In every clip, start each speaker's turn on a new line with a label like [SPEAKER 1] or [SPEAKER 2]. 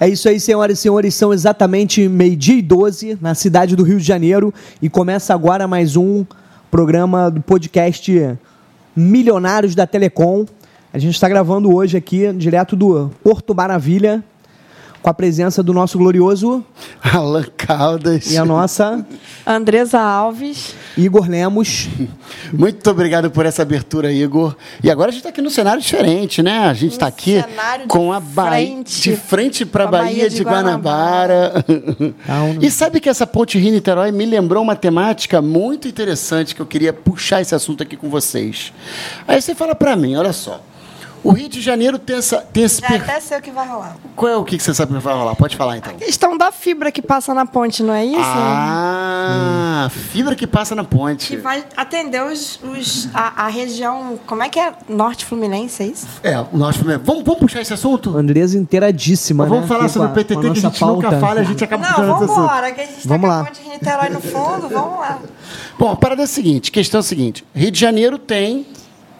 [SPEAKER 1] É isso aí, senhoras e senhores. São exatamente meio-dia e 12 na cidade do Rio de Janeiro. E começa agora mais um programa do podcast Milionários da Telecom. A gente está gravando hoje aqui, direto do Porto Maravilha, com a presença do nosso glorioso
[SPEAKER 2] Alan Caldas.
[SPEAKER 1] e a nossa
[SPEAKER 3] Andresa Alves.
[SPEAKER 1] Igor Lemos.
[SPEAKER 2] Muito obrigado por essa abertura, Igor. E agora a gente está aqui num cenário diferente, né? A gente está aqui
[SPEAKER 3] cenário de
[SPEAKER 2] com a Bahia
[SPEAKER 3] frente
[SPEAKER 2] de frente para a
[SPEAKER 3] pra Baía
[SPEAKER 2] Bahia de
[SPEAKER 3] de
[SPEAKER 2] Guanabara.
[SPEAKER 1] Tá,
[SPEAKER 2] e sabe que essa ponte Rio-Niterói me lembrou uma temática muito interessante que eu queria puxar esse assunto aqui com vocês. Aí você fala para mim, olha só. O Rio de Janeiro tem, essa, tem esse...
[SPEAKER 3] Já é
[SPEAKER 2] per-
[SPEAKER 3] até sei o que vai rolar.
[SPEAKER 2] Qual é o que que você sabe que vai rolar? Pode falar, então.
[SPEAKER 3] Questão da fibra que passa na ponte, não é isso?
[SPEAKER 2] Ah, fibra que passa na ponte.
[SPEAKER 3] Que vai atender os, os- a, a região. Como é que é? Norte Fluminense, é isso?
[SPEAKER 2] É, o nosso primeiro. Vamos, vamos puxar esse assunto?
[SPEAKER 1] Andresa inteiradíssima.
[SPEAKER 2] Vamos
[SPEAKER 1] né?
[SPEAKER 2] falar
[SPEAKER 1] Aqui
[SPEAKER 2] sobre o
[SPEAKER 1] com a- com
[SPEAKER 2] PTT, que a
[SPEAKER 1] nossa
[SPEAKER 2] gente nunca
[SPEAKER 1] pauta.
[SPEAKER 2] fala, a gente acaba puxando
[SPEAKER 3] Não,
[SPEAKER 2] esse assunto.
[SPEAKER 3] vambora, que a gente
[SPEAKER 1] Vamos
[SPEAKER 3] tá
[SPEAKER 1] lá.
[SPEAKER 3] com a ponte de Niterói no fundo, vamos lá.
[SPEAKER 2] Bom, a parada é a seguinte, questão é a seguinte. Rio de Janeiro tem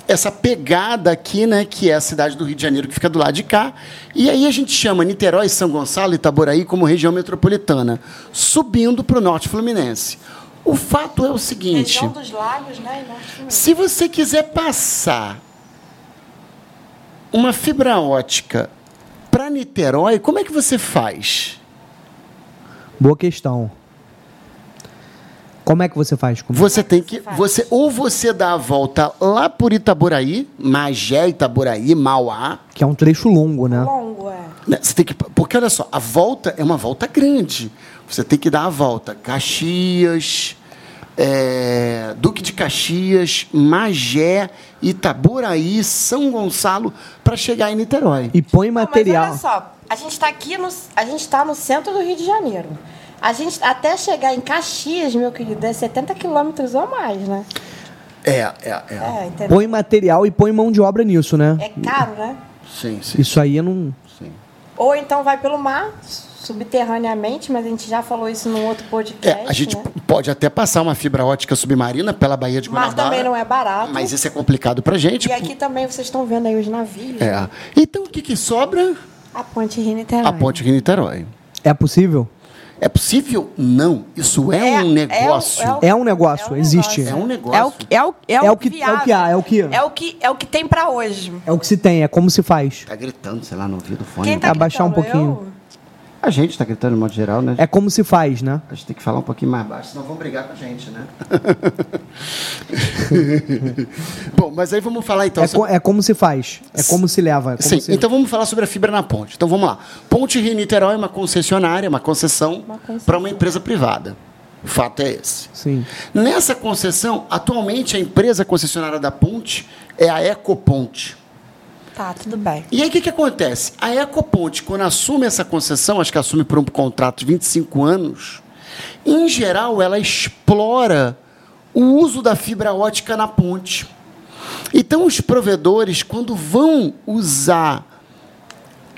[SPEAKER 2] essa pegada aqui, né, que é a cidade do Rio de Janeiro que fica do lado de cá. E aí a gente chama Niterói, São Gonçalo e Itaboraí como região metropolitana, subindo para o norte fluminense. O fato é o seguinte,
[SPEAKER 3] Região dos lagos, né? e Norte Fluminense.
[SPEAKER 2] se você quiser passar uma fibra ótica para Niterói, como é que você faz?
[SPEAKER 1] Boa questão. Como é que você faz? Como-
[SPEAKER 2] Você tem que. Você, ou você dá a volta lá por Itaboraí, Magé, Itaboraí, Mauá.
[SPEAKER 1] Que é um trecho longo, né?
[SPEAKER 3] Longo, é.
[SPEAKER 2] né? Você tem que, porque olha só, a volta é uma volta grande. Você tem que dar a volta. Caxias, é, Duque de Caxias, Magé, Itaboraí, São Gonçalo, para chegar em Niterói.
[SPEAKER 1] E põe
[SPEAKER 3] Não,
[SPEAKER 1] material.
[SPEAKER 3] Mas olha só, a gente tá aqui no. A gente tá no centro do Rio de Janeiro. A gente, até chegar em Caxias, meu querido, é 70 quilômetros ou mais, né?
[SPEAKER 2] É, é, é.
[SPEAKER 3] É, entendeu?
[SPEAKER 1] Põe material e põe mão de obra nisso, né?
[SPEAKER 3] É caro, né?
[SPEAKER 2] Sim, sim,
[SPEAKER 1] Isso aí eu não.
[SPEAKER 2] sim.
[SPEAKER 3] Ou então vai pelo mar, subterraneamente, mas a gente já falou isso num outro podcast.
[SPEAKER 2] É, a gente
[SPEAKER 3] né?
[SPEAKER 2] pode até passar uma fibra ótica submarina pela Baía de
[SPEAKER 3] Mas
[SPEAKER 2] Guanabara.
[SPEAKER 3] também não é barato.
[SPEAKER 2] Mas isso é complicado pra gente.
[SPEAKER 3] E aqui também vocês estão vendo aí os navios.
[SPEAKER 2] É. Então o que, que sobra?
[SPEAKER 3] A ponte Rio Niterói.
[SPEAKER 2] A ponte Rio-Niterói.
[SPEAKER 1] É possível?
[SPEAKER 2] É possível? Não. Isso é,
[SPEAKER 3] É-
[SPEAKER 2] um negócio.
[SPEAKER 3] é o-
[SPEAKER 1] É um negócio, existe.
[SPEAKER 2] É um negócio.
[SPEAKER 3] É o, é o, é
[SPEAKER 1] É o que-
[SPEAKER 3] viável.
[SPEAKER 1] é o que há, é o que-
[SPEAKER 3] É o que, é o que tem pra hoje.
[SPEAKER 1] É o que se tem, é como se faz.
[SPEAKER 2] Tá gritando, sei lá, no ouvido do fone.
[SPEAKER 3] Quem tá
[SPEAKER 1] Abaixar um
[SPEAKER 3] gritando?
[SPEAKER 1] pouquinho.
[SPEAKER 2] A gente tá gritando de modo geral, né?
[SPEAKER 1] É como se faz, né?
[SPEAKER 2] A gente tem que falar um pouquinho mais baixo, senão vão brigar com a gente, né? Bom, mas aí vamos falar então.
[SPEAKER 1] É,
[SPEAKER 2] sobre-
[SPEAKER 1] co- é como se faz. É como se leva. É como
[SPEAKER 2] Sim,
[SPEAKER 1] se-
[SPEAKER 2] então vamos falar sobre a fibra na ponte. Então vamos lá. Ponte Rio Niterói é uma concessionária, uma concessão
[SPEAKER 3] concessão.
[SPEAKER 2] para uma empresa privada. O fato é esse.
[SPEAKER 1] Sim.
[SPEAKER 2] Nessa concessão, atualmente a empresa concessionária da ponte é a Ecoponte.
[SPEAKER 3] Tá, tudo bem.
[SPEAKER 2] E aí o que, que acontece? A Ecoponte, quando assume essa concessão, acho que assume por um contrato de 25 anos, em geral ela explora o uso da fibra ótica na ponte. Então os provedores, quando vão usar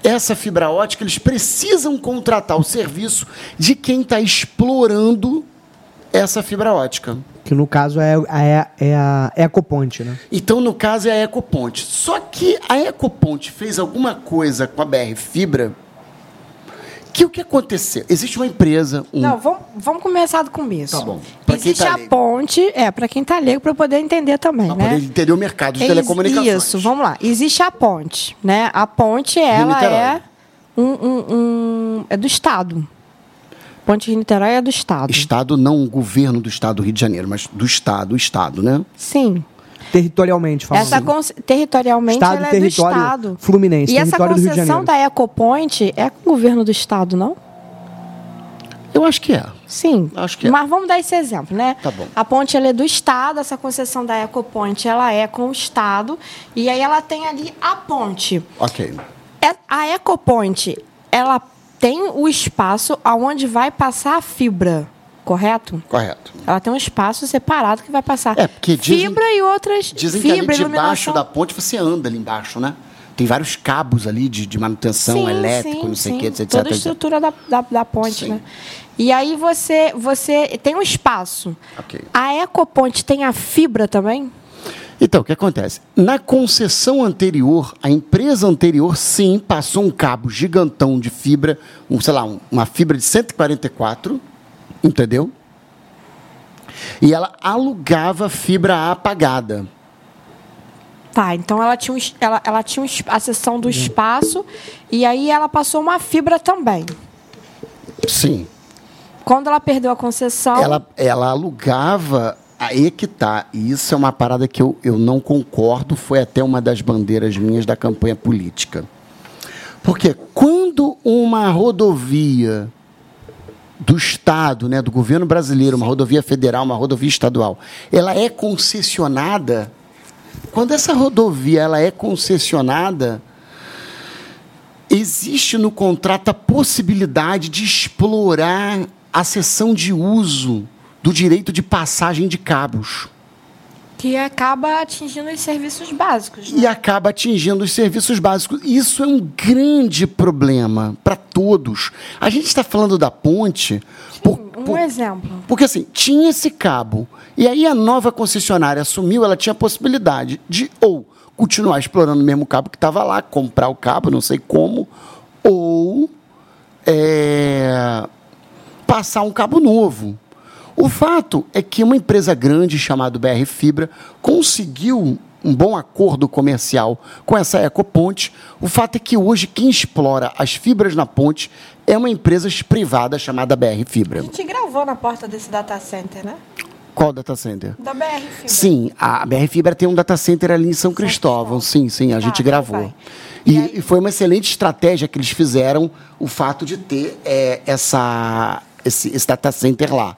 [SPEAKER 2] essa fibra ótica, eles precisam contratar o serviço de quem está explorando essa fibra ótica.
[SPEAKER 1] Que no caso é, é, é a Ecoponte, né?
[SPEAKER 2] Então, no caso, é a Ecoponte. Só que a Ecoponte fez alguma coisa com a BR Fibra que o que aconteceu? Existe uma empresa... Um...
[SPEAKER 3] Não, vamos, vamos começar do começo.
[SPEAKER 2] Tá bom. Pra quem
[SPEAKER 3] Existe
[SPEAKER 2] tá
[SPEAKER 3] a
[SPEAKER 2] leigo.
[SPEAKER 3] ponte, é, pra quem tá leigo, pra eu poder entender também,
[SPEAKER 2] Pra
[SPEAKER 3] né?
[SPEAKER 2] poder entender o mercado de
[SPEAKER 3] Ex-
[SPEAKER 2] telecomunicações.
[SPEAKER 3] Isso, vamos lá. Existe a ponte, né? A ponte, ela
[SPEAKER 2] Niterói.
[SPEAKER 3] é um, um- um- é do Estado. Ponte de Niterói é do Estado.
[SPEAKER 2] Estado, não o governo do Estado do Rio de Janeiro, mas do Estado, o Estado, né?
[SPEAKER 3] Sim.
[SPEAKER 1] Territorialmente falando.
[SPEAKER 3] Essa con- territorialmente
[SPEAKER 1] assim? Estado,
[SPEAKER 3] ela é do
[SPEAKER 1] território
[SPEAKER 3] Estado.
[SPEAKER 1] fluminense,
[SPEAKER 3] e essa
[SPEAKER 1] território do Rio de
[SPEAKER 3] concessão
[SPEAKER 1] Janeiro.
[SPEAKER 3] da Ecoponte é com o governo do Estado, não?
[SPEAKER 2] Eu acho que é.
[SPEAKER 3] Sim.
[SPEAKER 2] Acho que é.
[SPEAKER 3] Mas vamos dar esse exemplo, né?
[SPEAKER 2] Tá bom.
[SPEAKER 3] A ponte ela é do Estado, essa concessão da Ecoponte ela é com o Estado. E aí ela tem ali a ponte.
[SPEAKER 2] Ok.
[SPEAKER 3] É- A Ecoponte, ela tem o espaço aonde vai passar a fibra, correto?
[SPEAKER 2] Correto.
[SPEAKER 3] Ela tem um espaço separado que vai passar
[SPEAKER 2] É, porque dizem-
[SPEAKER 3] fibra e outras
[SPEAKER 2] Dizem que é
[SPEAKER 3] fibra,
[SPEAKER 2] ali debaixo
[SPEAKER 3] iluminação.
[SPEAKER 2] da ponte você anda ali embaixo, né? Tem vários cabos ali de, de manutenção, elétrico,
[SPEAKER 3] sim,
[SPEAKER 2] não sei o
[SPEAKER 3] sim.
[SPEAKER 2] que, etc, etc.
[SPEAKER 3] Toda a estrutura da, da, da ponte,
[SPEAKER 2] Sim.
[SPEAKER 3] né? E aí você, você tem um espaço.
[SPEAKER 2] Ok.
[SPEAKER 3] A Ecoponte tem a fibra também?
[SPEAKER 2] Então, o que acontece? Na concessão anterior, a empresa anterior, sim, passou um cabo gigantão de fibra, um, sei lá, um- uma fibra de 144, entendeu? E ela alugava fibra apagada.
[SPEAKER 3] Tá, então ela tinha, um es- ela, ela tinha um es- a seção
[SPEAKER 2] Uhum.
[SPEAKER 3] do espaço e aí ela passou uma fibra também.
[SPEAKER 2] Sim.
[SPEAKER 3] Quando ela perdeu a concessão,
[SPEAKER 2] Ela, ela alugava. Aí que tá. E isso é uma parada que eu, eu não concordo. Foi até uma das bandeiras minhas da campanha política. Porque quando uma rodovia do Estado, né, do governo brasileiro, uma rodovia federal, uma rodovia estadual, ela é concessionada. Quando essa rodovia ela é concessionada, existe no contrato a possibilidade de explorar a cessão de uso do direito de passagem de cabos
[SPEAKER 3] que acaba atingindo os serviços básicos. né?
[SPEAKER 2] e acaba atingindo os serviços básicos. Isso é um grande problema para todos. A gente está falando da ponte por-
[SPEAKER 3] Um
[SPEAKER 2] por-
[SPEAKER 3] exemplo.
[SPEAKER 2] porque assim, tinha esse cabo. E aí a nova concessionária assumiu, ela tinha a possibilidade de ou continuar explorando o mesmo cabo que estava lá, comprar o cabo, não sei como, ou é, passar um cabo novo. O fato é que uma empresa grande chamada BR Fibra conseguiu um bom acordo comercial com essa Ecoponte. O fato é que hoje quem explora as fibras na ponte é uma empresa privada chamada BR
[SPEAKER 3] A
[SPEAKER 2] Fibra.
[SPEAKER 3] gente gravou na porta desse data center, né?
[SPEAKER 2] Qual data center?
[SPEAKER 3] Da BR Fibra.
[SPEAKER 2] Sim, a BR Fibra tem um data center ali em São, Cristóvão.
[SPEAKER 3] Cristóvão.
[SPEAKER 2] Sim, sim, a
[SPEAKER 3] Tá,
[SPEAKER 2] gente
[SPEAKER 3] tudo
[SPEAKER 2] gravou.
[SPEAKER 3] bem.
[SPEAKER 2] E,
[SPEAKER 3] E aí-
[SPEAKER 2] e foi uma excelente estratégia que eles fizeram o fato de ter é, essa, esse, esse data center lá.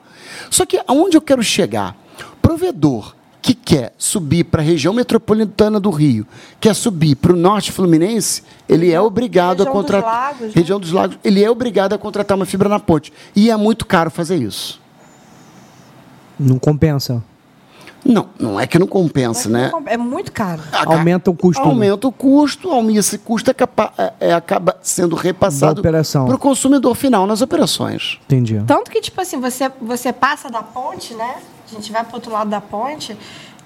[SPEAKER 2] Só que aonde eu quero chegar? Provedor que quer subir para a região metropolitana do Rio, quer subir para o norte fluminense, ele é obrigado a
[SPEAKER 3] Uhum. Região dos
[SPEAKER 2] contratar.
[SPEAKER 3] Lagos, né?
[SPEAKER 2] Região dos Lagos. Ele é obrigado a contratar uma fibra na ponte. E é muito caro fazer isso.
[SPEAKER 1] Não compensa.
[SPEAKER 2] Não, não é que não
[SPEAKER 3] Mas
[SPEAKER 2] compensa, né?
[SPEAKER 3] não comp- É muito caro.
[SPEAKER 1] Aumenta o custo.
[SPEAKER 2] Ah,
[SPEAKER 1] né?
[SPEAKER 2] Aumenta o custo, aumenta esse custo é capa- é- é- acaba sendo repassado
[SPEAKER 1] Da operação.
[SPEAKER 2] para o consumidor final nas operações.
[SPEAKER 1] Entendi.
[SPEAKER 3] Tanto que, tipo assim, você, você passa da ponte, né? A gente vai pro outro lado da ponte.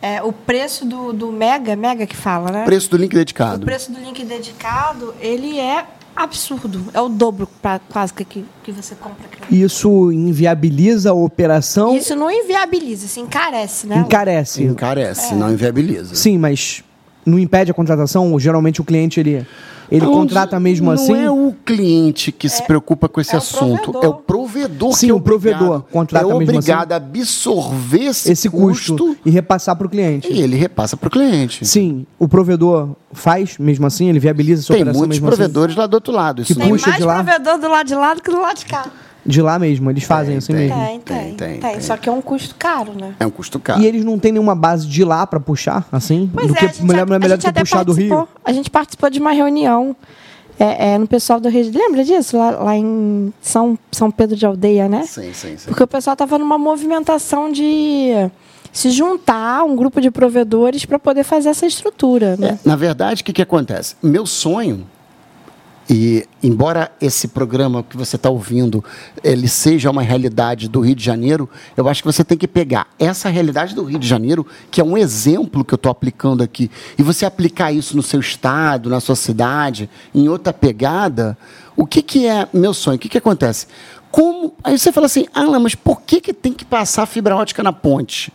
[SPEAKER 3] é, o preço do, do mega, mega que fala, né?
[SPEAKER 2] Preço do é link
[SPEAKER 3] O
[SPEAKER 2] dedicado.
[SPEAKER 3] preço do link dedicado, ele é absurdo. É o dobro pra, quase que, que que você compra. aqui.
[SPEAKER 1] Isso inviabiliza a
[SPEAKER 2] Então
[SPEAKER 1] operação,
[SPEAKER 3] Isso não inviabiliza, se encarece, né?
[SPEAKER 1] encarece.
[SPEAKER 3] É.
[SPEAKER 2] Encarece, não inviabiliza.
[SPEAKER 1] Sim, mas não impede a contratação? Geralmente o cliente ele, ele
[SPEAKER 2] Não,
[SPEAKER 1] contrata mesmo
[SPEAKER 2] Então, não
[SPEAKER 1] assim?
[SPEAKER 2] é o cliente que se preocupa com esse
[SPEAKER 3] é o
[SPEAKER 2] assunto,
[SPEAKER 3] provedor.
[SPEAKER 2] é o provedor
[SPEAKER 1] Sim,
[SPEAKER 2] que é
[SPEAKER 1] o provedor
[SPEAKER 2] obrigado-
[SPEAKER 1] contrata
[SPEAKER 2] é
[SPEAKER 1] mesmo assim?
[SPEAKER 2] obrigado a absorver esse,
[SPEAKER 1] Esse custo, e repassar para o cliente.
[SPEAKER 2] e ele repassa para o cliente.
[SPEAKER 1] Sim, o provedor faz mesmo assim? Ele viabiliza a sua
[SPEAKER 2] Tem
[SPEAKER 1] operação
[SPEAKER 2] muitos
[SPEAKER 1] mesmo assim?
[SPEAKER 2] provedores lá do outro lado. Isso
[SPEAKER 1] Que
[SPEAKER 2] não é
[SPEAKER 3] Tem
[SPEAKER 1] puxa
[SPEAKER 3] mais
[SPEAKER 1] de lá.
[SPEAKER 3] provedor do lado de lá do que do lado de cá.
[SPEAKER 1] assim? De lá mesmo, eles fazem assim
[SPEAKER 2] tem.
[SPEAKER 1] mesmo.
[SPEAKER 3] Tem, tem,
[SPEAKER 2] tem,
[SPEAKER 3] tem,
[SPEAKER 2] tem, tem.
[SPEAKER 3] Só que é um custo caro, né?
[SPEAKER 2] É um custo caro.
[SPEAKER 1] E eles não têm nenhuma base de lá para puxar, assim?
[SPEAKER 3] Pois
[SPEAKER 1] do
[SPEAKER 3] é,
[SPEAKER 1] que
[SPEAKER 3] a gente,
[SPEAKER 1] melhor,
[SPEAKER 3] a-
[SPEAKER 1] melhor
[SPEAKER 3] a
[SPEAKER 1] do
[SPEAKER 3] gente
[SPEAKER 1] que
[SPEAKER 3] até
[SPEAKER 1] puxar do Rio?
[SPEAKER 3] participou- A gente participou de uma reunião é, é, no pessoal do Rio. de- Lembra disso? Lá, lá em São, São Pedro de Aldeia, né?
[SPEAKER 2] Sim, sim, sim.
[SPEAKER 3] Porque o pessoal estava numa movimentação de se juntar um grupo de provedores para poder fazer essa estrutura.
[SPEAKER 2] É,
[SPEAKER 3] Né?
[SPEAKER 2] na verdade, o que, que acontece? Meu sonho, e embora esse programa que você está ouvindo ele seja uma realidade do Rio de Janeiro, eu acho que você tem que pegar essa realidade do Rio de Janeiro, que é um exemplo que eu estou aplicando aqui, e você aplicar isso no seu estado, na sua cidade, em outra pegada, o que, que é meu sonho? O que, que acontece? Como. Aí você fala assim, ah, mas por que, que tem que passar fibra ótica na ponte?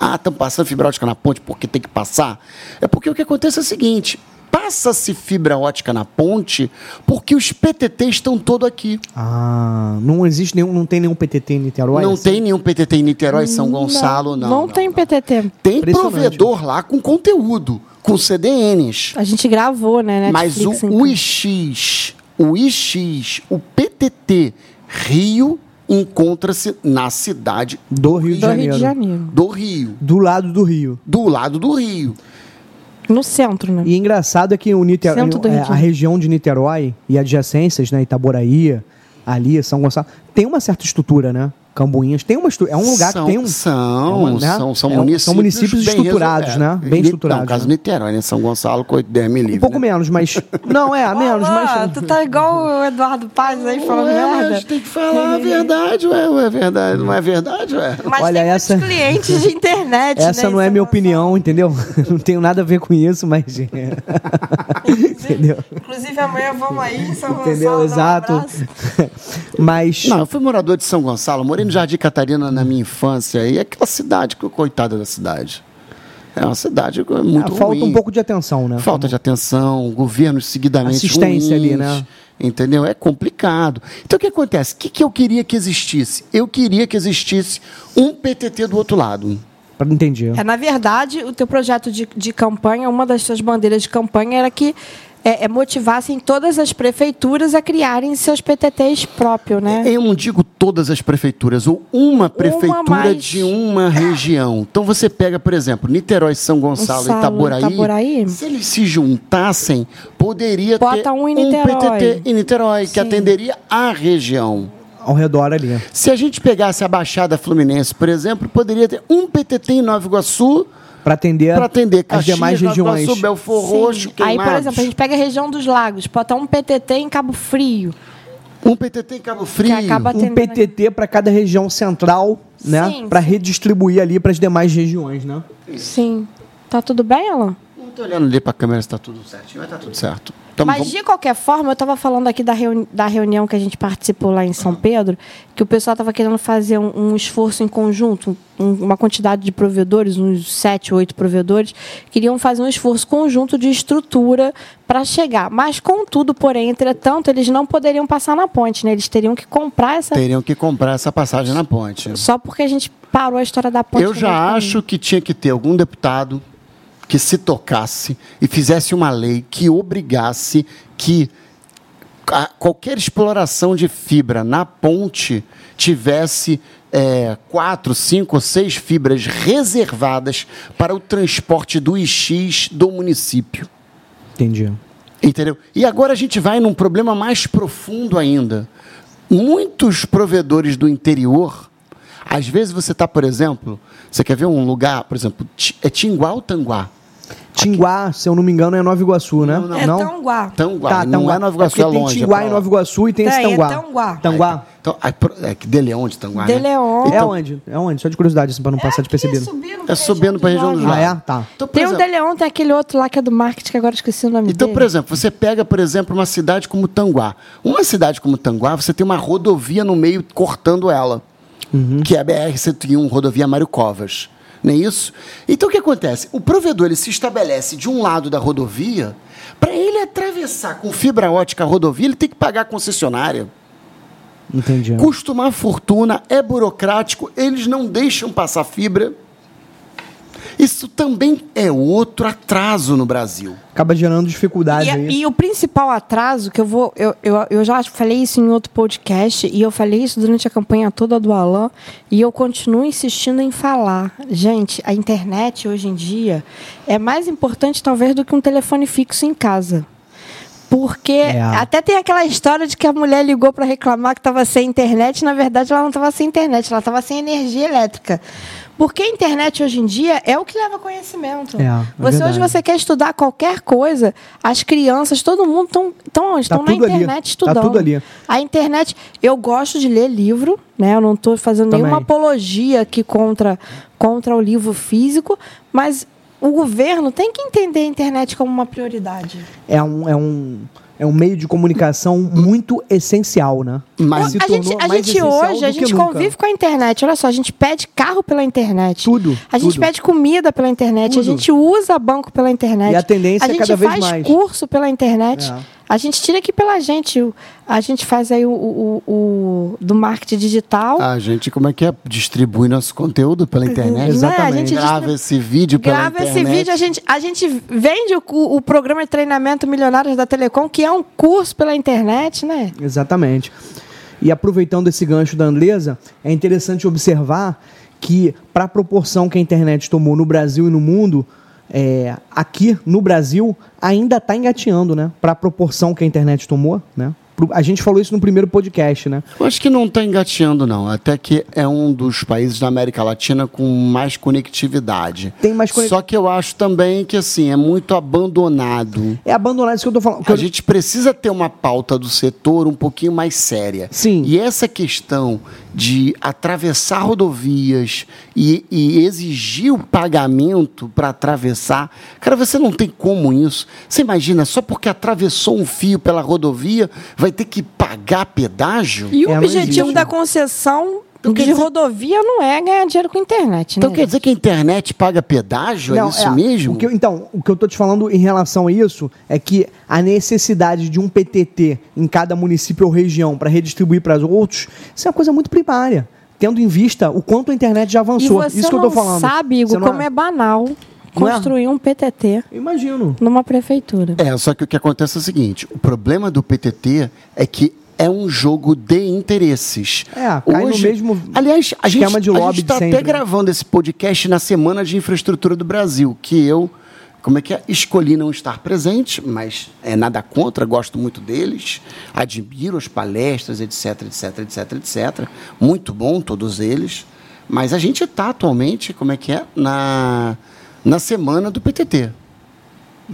[SPEAKER 2] Ah, estão passando fibra ótica na ponte porque tem que passar? É porque o que acontece é o seguinte: passa-se fibra ótica na ponte porque os PTT estão todos aqui.
[SPEAKER 1] Ah, não existe nenhum, não tem nenhum PTT em Niterói?
[SPEAKER 2] não
[SPEAKER 1] assim?
[SPEAKER 2] tem nenhum PTT em Niterói, São Gonçalo, um não.
[SPEAKER 3] não, tem PTT.
[SPEAKER 2] Tem
[SPEAKER 1] Impressionante.
[SPEAKER 2] provedor lá com conteúdo, com CDNs.
[SPEAKER 3] A gente gravou, né?
[SPEAKER 2] Mas o,
[SPEAKER 3] Netflix,
[SPEAKER 2] o
[SPEAKER 3] então.
[SPEAKER 2] IX, o IX, o PTT Rio encontra-se na cidade
[SPEAKER 1] Do Rio de
[SPEAKER 3] do Rio
[SPEAKER 1] Janeiro.
[SPEAKER 3] de Janeiro.
[SPEAKER 2] do Rio,
[SPEAKER 1] Do lado do Rio.
[SPEAKER 2] do lado do Rio.
[SPEAKER 3] No centro, né?
[SPEAKER 1] E engraçado é que o Niterói,
[SPEAKER 3] Centro do Rio de
[SPEAKER 1] é, a
[SPEAKER 3] Janeiro.
[SPEAKER 1] região de Niterói e adjacências, né, Itaboraí, ali, São Gonçalo, tem uma certa estrutura, né? Cambuinhas. Tem uma estru- é um lugar
[SPEAKER 2] são,
[SPEAKER 1] que tem um.
[SPEAKER 2] São,
[SPEAKER 1] é uma, né?
[SPEAKER 2] são, são
[SPEAKER 1] É um-
[SPEAKER 2] municípios.
[SPEAKER 1] São municípios
[SPEAKER 2] bem
[SPEAKER 1] estruturados, né?
[SPEAKER 2] resol- é,
[SPEAKER 1] Bem
[SPEAKER 2] Ni-
[SPEAKER 1] estruturados.
[SPEAKER 2] Não, caso
[SPEAKER 1] né?
[SPEAKER 2] Niterói, né? São Gonçalo, com 8, 10
[SPEAKER 1] Um
[SPEAKER 2] milímetros.
[SPEAKER 1] pouco menos, mas. Não, é, menos,
[SPEAKER 3] né? Olá,
[SPEAKER 1] mas.
[SPEAKER 3] Tu tá igual o Eduardo Paz aí falando merda.
[SPEAKER 2] tem que falar a verdade, ué, ué, é verdade. Não é verdade, ué.
[SPEAKER 3] Mas
[SPEAKER 1] Olha,
[SPEAKER 3] tem
[SPEAKER 1] essa-
[SPEAKER 3] muitos clientes de internet,
[SPEAKER 1] Essa
[SPEAKER 3] né?
[SPEAKER 1] não é
[SPEAKER 3] Isso
[SPEAKER 1] minha
[SPEAKER 3] uma-
[SPEAKER 1] opinião, entendeu? Não tenho nada a ver com isso, mas. entendeu?
[SPEAKER 3] Inclusive, amanhã vamos aí em São
[SPEAKER 1] Entendeu?
[SPEAKER 3] Gonçalo,
[SPEAKER 1] Exato.
[SPEAKER 3] dar um abraço.
[SPEAKER 1] mas.
[SPEAKER 2] Não, eu fui morador de São Gonçalo, morei no Jardim Catarina na minha infância, e é aquela cidade, que coitada da cidade. É uma cidade
[SPEAKER 1] ah,
[SPEAKER 2] muito
[SPEAKER 1] falta
[SPEAKER 2] ruim.
[SPEAKER 1] um pouco de atenção,
[SPEAKER 3] Tá
[SPEAKER 1] né?
[SPEAKER 2] Falta de atenção, governos seguidamente
[SPEAKER 1] Assistência
[SPEAKER 2] ruins,
[SPEAKER 1] ali, né?
[SPEAKER 2] Entendeu? É complicado. Então, o que acontece? O que, que eu queria que existisse? Eu queria que existisse um PTT do outro lado.
[SPEAKER 1] Entendi.
[SPEAKER 3] É, na verdade, o teu projeto de, de campanha, uma das suas bandeiras de campanha era que é, é, motivassem todas as prefeituras a criarem seus PTTs próprios, né?
[SPEAKER 2] Eu não digo todas as prefeituras, ou uma prefeitura
[SPEAKER 3] mais-
[SPEAKER 2] de uma região. Então você pega, por exemplo, Niterói, São Gonçalo,
[SPEAKER 3] Gonçalo,
[SPEAKER 2] Itaboraí,
[SPEAKER 3] Itaboraí.
[SPEAKER 2] Se eles se juntassem, poderia ter
[SPEAKER 3] Bota um em Niterói.
[SPEAKER 2] PTT em Niterói, que atenderia a região.
[SPEAKER 1] Ao redor ali.
[SPEAKER 2] Se a gente pegasse a Baixada Fluminense, por exemplo, poderia ter um PTT em Nova Iguaçu
[SPEAKER 1] Para atender,
[SPEAKER 2] para atender
[SPEAKER 1] É, as
[SPEAKER 2] Caxias,
[SPEAKER 1] demais
[SPEAKER 2] Nova
[SPEAKER 1] regiões.
[SPEAKER 2] Iguaçu, Belfor
[SPEAKER 3] Sim.
[SPEAKER 2] Roxo,
[SPEAKER 3] Aí,
[SPEAKER 2] Queimados.
[SPEAKER 3] por exemplo, a gente pega a região dos lagos, bota um PTT em Cabo Frio.
[SPEAKER 2] Um PTT em Cabo Frio.
[SPEAKER 3] acaba-
[SPEAKER 1] Um PTT para cada região central, né?
[SPEAKER 3] né? Sim,
[SPEAKER 1] Para
[SPEAKER 3] sim.
[SPEAKER 1] redistribuir ali para as demais regiões, né?
[SPEAKER 3] Sim. Tá tudo bem, Alan?
[SPEAKER 2] Não estou olhando ali para a câmera se está tudo certinho, mas está tudo certo. Então,
[SPEAKER 3] Mas,
[SPEAKER 2] vamos-
[SPEAKER 3] de qualquer forma, eu estava falando aqui da, reuni- da reunião que a gente participou lá em São Pedro, que o pessoal estava querendo fazer um, um esforço em conjunto, um- uma quantidade de provedores, uns sete, oito provedores, queriam fazer um esforço conjunto de estrutura para chegar. Mas, contudo, porém, entretanto, eles não poderiam passar na ponte, né? Eles teriam que comprar essa...
[SPEAKER 2] teriam que comprar essa passagem na ponte.
[SPEAKER 3] Só porque a gente parou a história da ponte.
[SPEAKER 2] Eu
[SPEAKER 3] no meio do
[SPEAKER 2] já
[SPEAKER 3] caminho.
[SPEAKER 2] acho que tinha que ter algum deputado que se tocasse e fizesse uma lei que obrigasse que a- qualquer exploração de fibra na ponte tivesse é, quatro, cinco ou seis fibras reservadas para o transporte do IX do município.
[SPEAKER 1] Entendi.
[SPEAKER 2] Entendeu? E agora a gente vai num problema mais profundo ainda. Muitos provedores do interior, às vezes você está, por exemplo, você quer ver um lugar, por exemplo, Ti- é Tinguá ou Tanguá?
[SPEAKER 1] Tinguá, se eu não me engano, é Nova Iguaçu, né?
[SPEAKER 3] É Tanguá.
[SPEAKER 2] Tanguá,
[SPEAKER 1] Tá,
[SPEAKER 2] não
[SPEAKER 1] Tanguá.
[SPEAKER 2] é Nova Iguaçú,
[SPEAKER 1] porque
[SPEAKER 2] é longe.
[SPEAKER 1] Tem
[SPEAKER 2] é
[SPEAKER 1] Tinguá
[SPEAKER 2] pra
[SPEAKER 1] em
[SPEAKER 2] lá.
[SPEAKER 1] Nova Iguaçu e tem esse
[SPEAKER 3] Tem, é
[SPEAKER 1] Tanguá.
[SPEAKER 3] Tanguá.
[SPEAKER 1] Tanguá.
[SPEAKER 2] Então, aí, pro- é que De Leão de Tanguá,
[SPEAKER 3] De
[SPEAKER 2] né?
[SPEAKER 3] Leão.
[SPEAKER 1] É onde? É onde? Só de curiosidade, assim, pra não passar despercebido.
[SPEAKER 2] É subindo para a região dos
[SPEAKER 1] Ah,
[SPEAKER 2] lagos.
[SPEAKER 1] é? Tá.
[SPEAKER 2] Então, por
[SPEAKER 3] Tem o
[SPEAKER 2] exemplo-
[SPEAKER 3] De Leon, tem aquele outro lá que é do marketing, que agora eu esqueci o nome
[SPEAKER 2] Então,
[SPEAKER 3] dele.
[SPEAKER 2] por exemplo, você pega, por exemplo, uma cidade como Tanguá. Uma cidade como Tanguá, você tem uma rodovia no meio cortando ela, que é a BR-101, rodovia Mário Covas. Não é isso? Então, o que acontece? O provedor ele se estabelece de um lado da rodovia, para ele atravessar com fibra ótica a rodovia, ele tem que pagar a concessionária.
[SPEAKER 1] Entendi.
[SPEAKER 2] Custa uma fortuna, é burocrático, eles não deixam passar fibra. Isso também é outro atraso no Brasil.
[SPEAKER 1] Acaba gerando dificuldade aí.
[SPEAKER 3] E, e o principal atraso, que eu vou. Eu, eu, eu já falei isso em outro podcast, e eu falei isso durante a campanha toda do Alain, e eu continuo insistindo em falar. Gente, a internet hoje em dia é mais importante, talvez, do que um telefone fixo em casa. Porque até tem aquela história de que a mulher ligou para reclamar que estava sem internet, na verdade ela não estava sem internet, ela estava sem energia elétrica. Porque a internet hoje em dia é o que leva conhecimento.
[SPEAKER 1] É, é
[SPEAKER 3] você
[SPEAKER 1] verdade.
[SPEAKER 3] hoje você quer estudar qualquer coisa, as crianças, todo mundo estão estão
[SPEAKER 1] Tá
[SPEAKER 3] estão na
[SPEAKER 1] tudo ali.
[SPEAKER 3] internet
[SPEAKER 1] Tá
[SPEAKER 3] estudando.
[SPEAKER 1] tudo ali.
[SPEAKER 3] A internet, eu gosto de ler livro, né? Eu não estou fazendo
[SPEAKER 1] Também.
[SPEAKER 3] nenhuma apologia aqui contra contra o livro físico, mas o governo tem que entender a internet como uma prioridade.
[SPEAKER 1] É um, é um, é um meio de comunicação muito essencial, né?
[SPEAKER 2] Mas
[SPEAKER 1] Se
[SPEAKER 3] a
[SPEAKER 1] tornou
[SPEAKER 3] gente, a
[SPEAKER 1] mais
[SPEAKER 3] gente
[SPEAKER 1] essencial
[SPEAKER 3] hoje,
[SPEAKER 1] do
[SPEAKER 3] a
[SPEAKER 1] que
[SPEAKER 3] gente
[SPEAKER 1] nunca.
[SPEAKER 3] convive com a internet. Olha só, a gente pede carro pela internet.
[SPEAKER 1] Tudo,
[SPEAKER 3] A gente
[SPEAKER 1] tudo.
[SPEAKER 3] pede comida pela internet. A
[SPEAKER 1] Tudo.
[SPEAKER 3] gente usa banco pela internet.
[SPEAKER 1] E a tendência é
[SPEAKER 3] gente
[SPEAKER 1] cada vez
[SPEAKER 3] faz
[SPEAKER 1] mais.
[SPEAKER 3] curso pela internet.
[SPEAKER 1] É.
[SPEAKER 3] A gente tira aqui pela gente. O- A gente faz aí o, o- o- o do marketing digital.
[SPEAKER 1] Ah,
[SPEAKER 2] A gente, como é que é? Distribui nosso conteúdo pela internet.
[SPEAKER 1] Exatamente.
[SPEAKER 3] Né? A gente
[SPEAKER 2] Grava
[SPEAKER 3] distribui-
[SPEAKER 2] esse vídeo pela
[SPEAKER 3] Grava
[SPEAKER 2] internet.
[SPEAKER 3] esse vídeo, a gente, a gente vende o, cu- o programa de treinamento Milionários da Telecom, que é um curso pela internet, né?
[SPEAKER 1] Exatamente. E aproveitando esse gancho da Andresa, é interessante observar que, para a proporção que a internet tomou no Brasil e no mundo, é, tá aqui no Brasil ainda está engateando, né? Para a proporção que a internet tomou, né? pro- A gente falou isso no primeiro podcast, né?
[SPEAKER 2] Eu acho que não está engateando, não. Até que é um dos países da América Latina com mais conectividade.
[SPEAKER 1] Tem mais conec-
[SPEAKER 2] Só que eu acho também que, assim, é muito abandonado.
[SPEAKER 1] É abandonar isso que eu tô falando. que
[SPEAKER 2] A
[SPEAKER 1] eu-
[SPEAKER 2] gente precisa ter uma pauta do setor um pouquinho mais séria.
[SPEAKER 1] Sim.
[SPEAKER 2] E essa questão de atravessar rodovias e, e exigir o pagamento para atravessar, cara, você não tem como isso. Você imagina, só porque atravessou um fio pela rodovia, vai ter que pagar pedágio?
[SPEAKER 3] E o
[SPEAKER 1] É, não
[SPEAKER 3] objetivo
[SPEAKER 1] existe.
[SPEAKER 3] da concessão
[SPEAKER 2] Então, quer
[SPEAKER 3] de
[SPEAKER 2] dizer-
[SPEAKER 3] rodovia não é ganhar dinheiro com a internet, né?
[SPEAKER 2] Então quer dizer que a internet paga pedágio?
[SPEAKER 1] Não,
[SPEAKER 2] é isso
[SPEAKER 1] é,
[SPEAKER 2] mesmo?
[SPEAKER 1] o que eu- então, o que eu tô te falando em relação a isso é que a necessidade de um PTT em cada município ou região para redistribuir para os outros, isso é uma coisa muito primária. Tendo em vista o quanto a internet já
[SPEAKER 3] e
[SPEAKER 1] avançou.
[SPEAKER 3] você
[SPEAKER 1] isso que eu
[SPEAKER 3] não
[SPEAKER 1] tô falando.
[SPEAKER 3] sabe, Igor,
[SPEAKER 1] Você não é?
[SPEAKER 3] como é... banal construir um PTT
[SPEAKER 1] Eu Imagino.
[SPEAKER 3] numa prefeitura.
[SPEAKER 2] É, só que o que acontece é o seguinte: o problema do PTT é que é um jogo de interesses.
[SPEAKER 1] É, cai no mesmo
[SPEAKER 2] Aliás, a gente
[SPEAKER 1] esquema de lobby de
[SPEAKER 2] está até
[SPEAKER 1] sempre, né?
[SPEAKER 2] gravando esse podcast na Semana de Infraestrutura do Brasil, que eu, como é que é? Escolhi não estar presente, mas é nada contra, gosto muito deles, admiro as palestras, etc, etc, etc, etc. Muito bom todos eles. Mas a gente está atualmente, como é que é? Na, na semana do PTT.